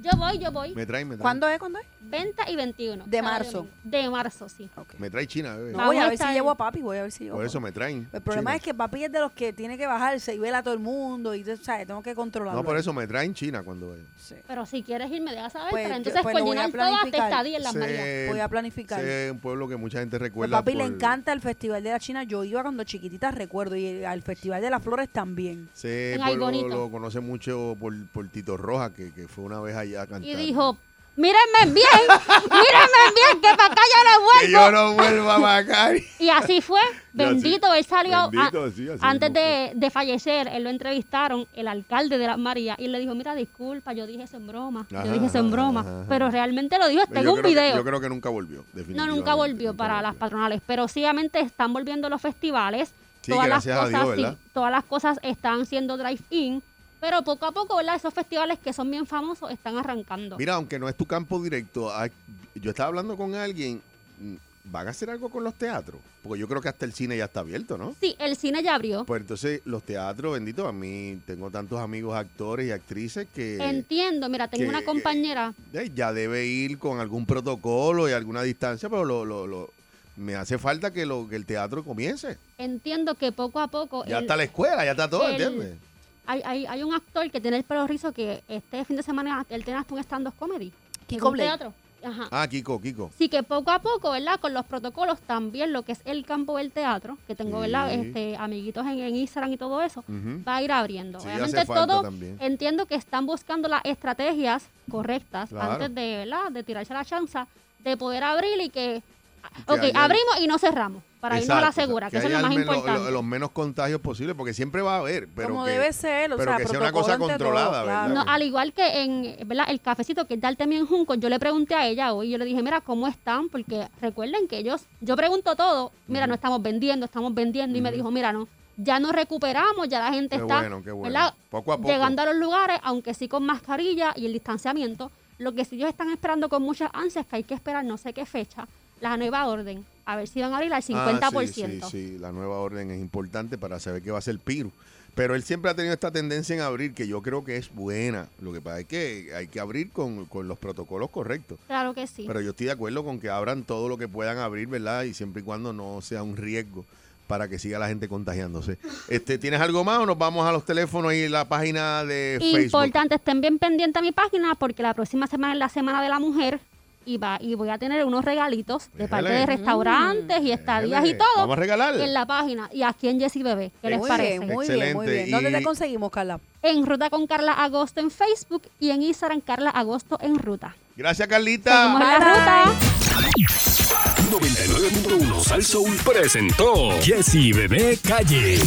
Speaker 12: Yo voy, yo voy.
Speaker 4: Me traen, me traen.
Speaker 5: es? ¿Cuándo es?
Speaker 12: 20 y 21.
Speaker 5: De
Speaker 12: sábado y
Speaker 5: marzo.
Speaker 12: domingo. De marzo, sí.
Speaker 4: Me trae China, bebé.
Speaker 5: No, voy a ver si
Speaker 12: estar-
Speaker 5: llevo a papi, voy a ver si llevo.
Speaker 4: Por
Speaker 5: a
Speaker 4: eso
Speaker 5: papi.
Speaker 4: me traen.
Speaker 5: El problema
Speaker 4: China.
Speaker 5: es que papi es de los que tiene que bajarse y vela a todo el mundo y tú sabes, tengo que controlarlo.
Speaker 4: No, por eso me traen China cuando vaya.
Speaker 12: Pero si quieres ir, me dejas saber.
Speaker 5: Pues,
Speaker 12: para
Speaker 5: yo-
Speaker 12: entonces
Speaker 5: pues, lo voy a
Speaker 12: coordinar toda tu
Speaker 5: planificar.
Speaker 12: estadía en Las
Speaker 4: Sí,
Speaker 12: Marías.
Speaker 5: Voy a planificar.
Speaker 4: sí, Es un pueblo que mucha gente
Speaker 5: Pues
Speaker 4: recuerda
Speaker 5: papi le
Speaker 4: por-
Speaker 5: encanta el Festival de la China. Yo iba cuando chiquitita, recuerdo, y al Festival de las Flores también.
Speaker 4: Sí,
Speaker 5: En
Speaker 4: pues, lo,
Speaker 5: Aibonito.
Speaker 4: lo conoce mucho por, por Tito Roja, que, que fue una vez allá a cantar.
Speaker 12: Y dijo, mírenme bien, mírenme bien, que para acá yo no vuelvo.
Speaker 4: que yo no vuelva para acá.
Speaker 12: Y así fue,
Speaker 4: Y así-
Speaker 12: bendito, él salió a-
Speaker 4: Bendito, sí, así
Speaker 12: antes
Speaker 4: mismo
Speaker 12: de, de fallecer, él lo entrevistaron, el alcalde de Las Marías, y le dijo, mira, disculpa, yo dije eso en broma, yo
Speaker 4: Ajá,
Speaker 12: dije eso en broma,
Speaker 4: ajá, ajá.
Speaker 12: pero realmente lo dijo, está en
Speaker 4: Yo
Speaker 12: un
Speaker 4: creo que-
Speaker 12: video.
Speaker 4: yo creo que nunca volvió,
Speaker 12: no,
Speaker 4: definitivamente.
Speaker 12: nunca volvió para las patronales, pero sí, obviamente están volviendo los festivales,
Speaker 4: Sí,
Speaker 12: todas las
Speaker 4: gracias a
Speaker 12: cosas,
Speaker 4: Dios,
Speaker 12: sí,
Speaker 4: ¿verdad?
Speaker 12: todas las cosas están siendo drive-in, pero poco a poco, ¿verdad? Esos festivales que son bien famosos están arrancando.
Speaker 4: Mira, aunque no es tu campo directo, ah, yo estaba hablando con alguien mm, ¿Van a hacer algo con los teatros? Porque yo creo que hasta el cine ya está abierto, ¿no?
Speaker 12: Sí, el cine ya abrió.
Speaker 4: Pues entonces los teatros, bendito, a mí tengo tantos amigos actores y actrices que
Speaker 12: Entiendo, mira, tengo
Speaker 4: que-
Speaker 12: una compañera.
Speaker 4: eh, ya debe ir con algún protocolo y alguna distancia, pero lo, lo- lo- me hace falta que, lo, que el teatro comience.
Speaker 12: Entiendo que poco a poco.
Speaker 4: Ya
Speaker 12: el-
Speaker 4: está la escuela, ya está todo,
Speaker 12: el-
Speaker 4: ¿entiendes?
Speaker 12: Hay, hay, hay un actor que tiene el pelo rizo que este fin de semana él tiene hasta un stand-up comedy. en
Speaker 5: Kiko
Speaker 12: un
Speaker 5: Blade.
Speaker 12: teatro. Ajá.
Speaker 4: Ah, Kiko, Kiko.
Speaker 12: Así que poco a poco, ¿verdad? Con los protocolos también, lo que es el campo del teatro, que tengo,
Speaker 4: Sí.
Speaker 12: ¿verdad? Este, amiguitos en, en Instagram y todo eso,
Speaker 4: Ujú.
Speaker 12: va a ir abriendo.
Speaker 4: Sí,
Speaker 12: Obviamente
Speaker 4: hace falta
Speaker 12: todo,
Speaker 4: también.
Speaker 12: entiendo que están buscando las estrategias correctas
Speaker 4: Claro.
Speaker 12: antes de, ¿verdad? De tirarse la chanza, de poder abrir y que,
Speaker 4: que
Speaker 12: ok,
Speaker 4: haya-
Speaker 12: abrimos y no cerramos, para irnos a la
Speaker 4: Exacto,
Speaker 12: segura, que,
Speaker 4: o sea,
Speaker 12: eso es
Speaker 4: haya
Speaker 12: lo más
Speaker 4: al menos lo-
Speaker 12: importante.
Speaker 4: lo- los menos contagios posible, porque siempre va a haber. Pero
Speaker 5: Como
Speaker 4: que,
Speaker 5: debe ser, o
Speaker 4: pero
Speaker 5: sea,
Speaker 4: que sea una cosa
Speaker 5: protocolo ante todo,
Speaker 4: controlada,
Speaker 5: claro.
Speaker 4: ¿verdad?
Speaker 12: No, al igual que en ¿verdad? el cafecito que es Darte Bien Junco, yo le pregunté a ella hoy, yo le dije, mira, ¿cómo están? Porque recuerden que ellos, yo pregunto todo, mira, no estamos vendiendo, estamos vendiendo, y me dijo, mira, no, ya nos recuperamos, ya la gente
Speaker 4: Qué
Speaker 12: está
Speaker 4: bueno, qué bueno.
Speaker 12: ¿verdad?
Speaker 4: Poco a poco.
Speaker 12: llegando a los lugares, aunque sí con mascarilla y el distanciamiento. Lo que sí ellos están esperando con muchas ansias, que hay que esperar no sé qué fecha, la nueva orden, a ver si van a abrir al 50%.
Speaker 4: Ah, sí, sí, sí, la nueva orden es importante para saber qué va a ser Piru. Pero él siempre ha tenido esta tendencia en abrir, que yo creo que es buena. Lo que pasa es que hay que abrir con, con los protocolos correctos.
Speaker 12: Claro que sí.
Speaker 4: Pero yo estoy de acuerdo con que abran todo lo que puedan abrir, ¿verdad? Y siempre y cuando no sea un riesgo para que siga la gente contagiándose. Este, ¿Tienes algo más o nos vamos a los teléfonos y la página de Facebook?
Speaker 12: Importante, estén bien pendientes a mi página porque la próxima semana es la Semana de la Mujer y, va, y voy a tener unos regalitos de parte de
Speaker 4: Déjale.
Speaker 12: restaurantes y estadías y
Speaker 4: Déjale.
Speaker 12: todo.
Speaker 4: Mm. Vamos a regalar.
Speaker 12: En la página y aquí en Jessie Bebé. ¿Qué les
Speaker 5: Muy
Speaker 12: parece?
Speaker 5: bien, muy bien, muy
Speaker 4: Excelente,
Speaker 5: bien. ¿Dónde
Speaker 4: y-
Speaker 5: te conseguimos, Carla?
Speaker 12: En Ruta con Carla Agosto en Facebook y en Instagram Carla Agosto en Ruta.
Speaker 4: Gracias, Carlita.
Speaker 12: Seguimos en la ruta.
Speaker 1: 99.1 Sal Soul presentó Jessy Bebé Calle.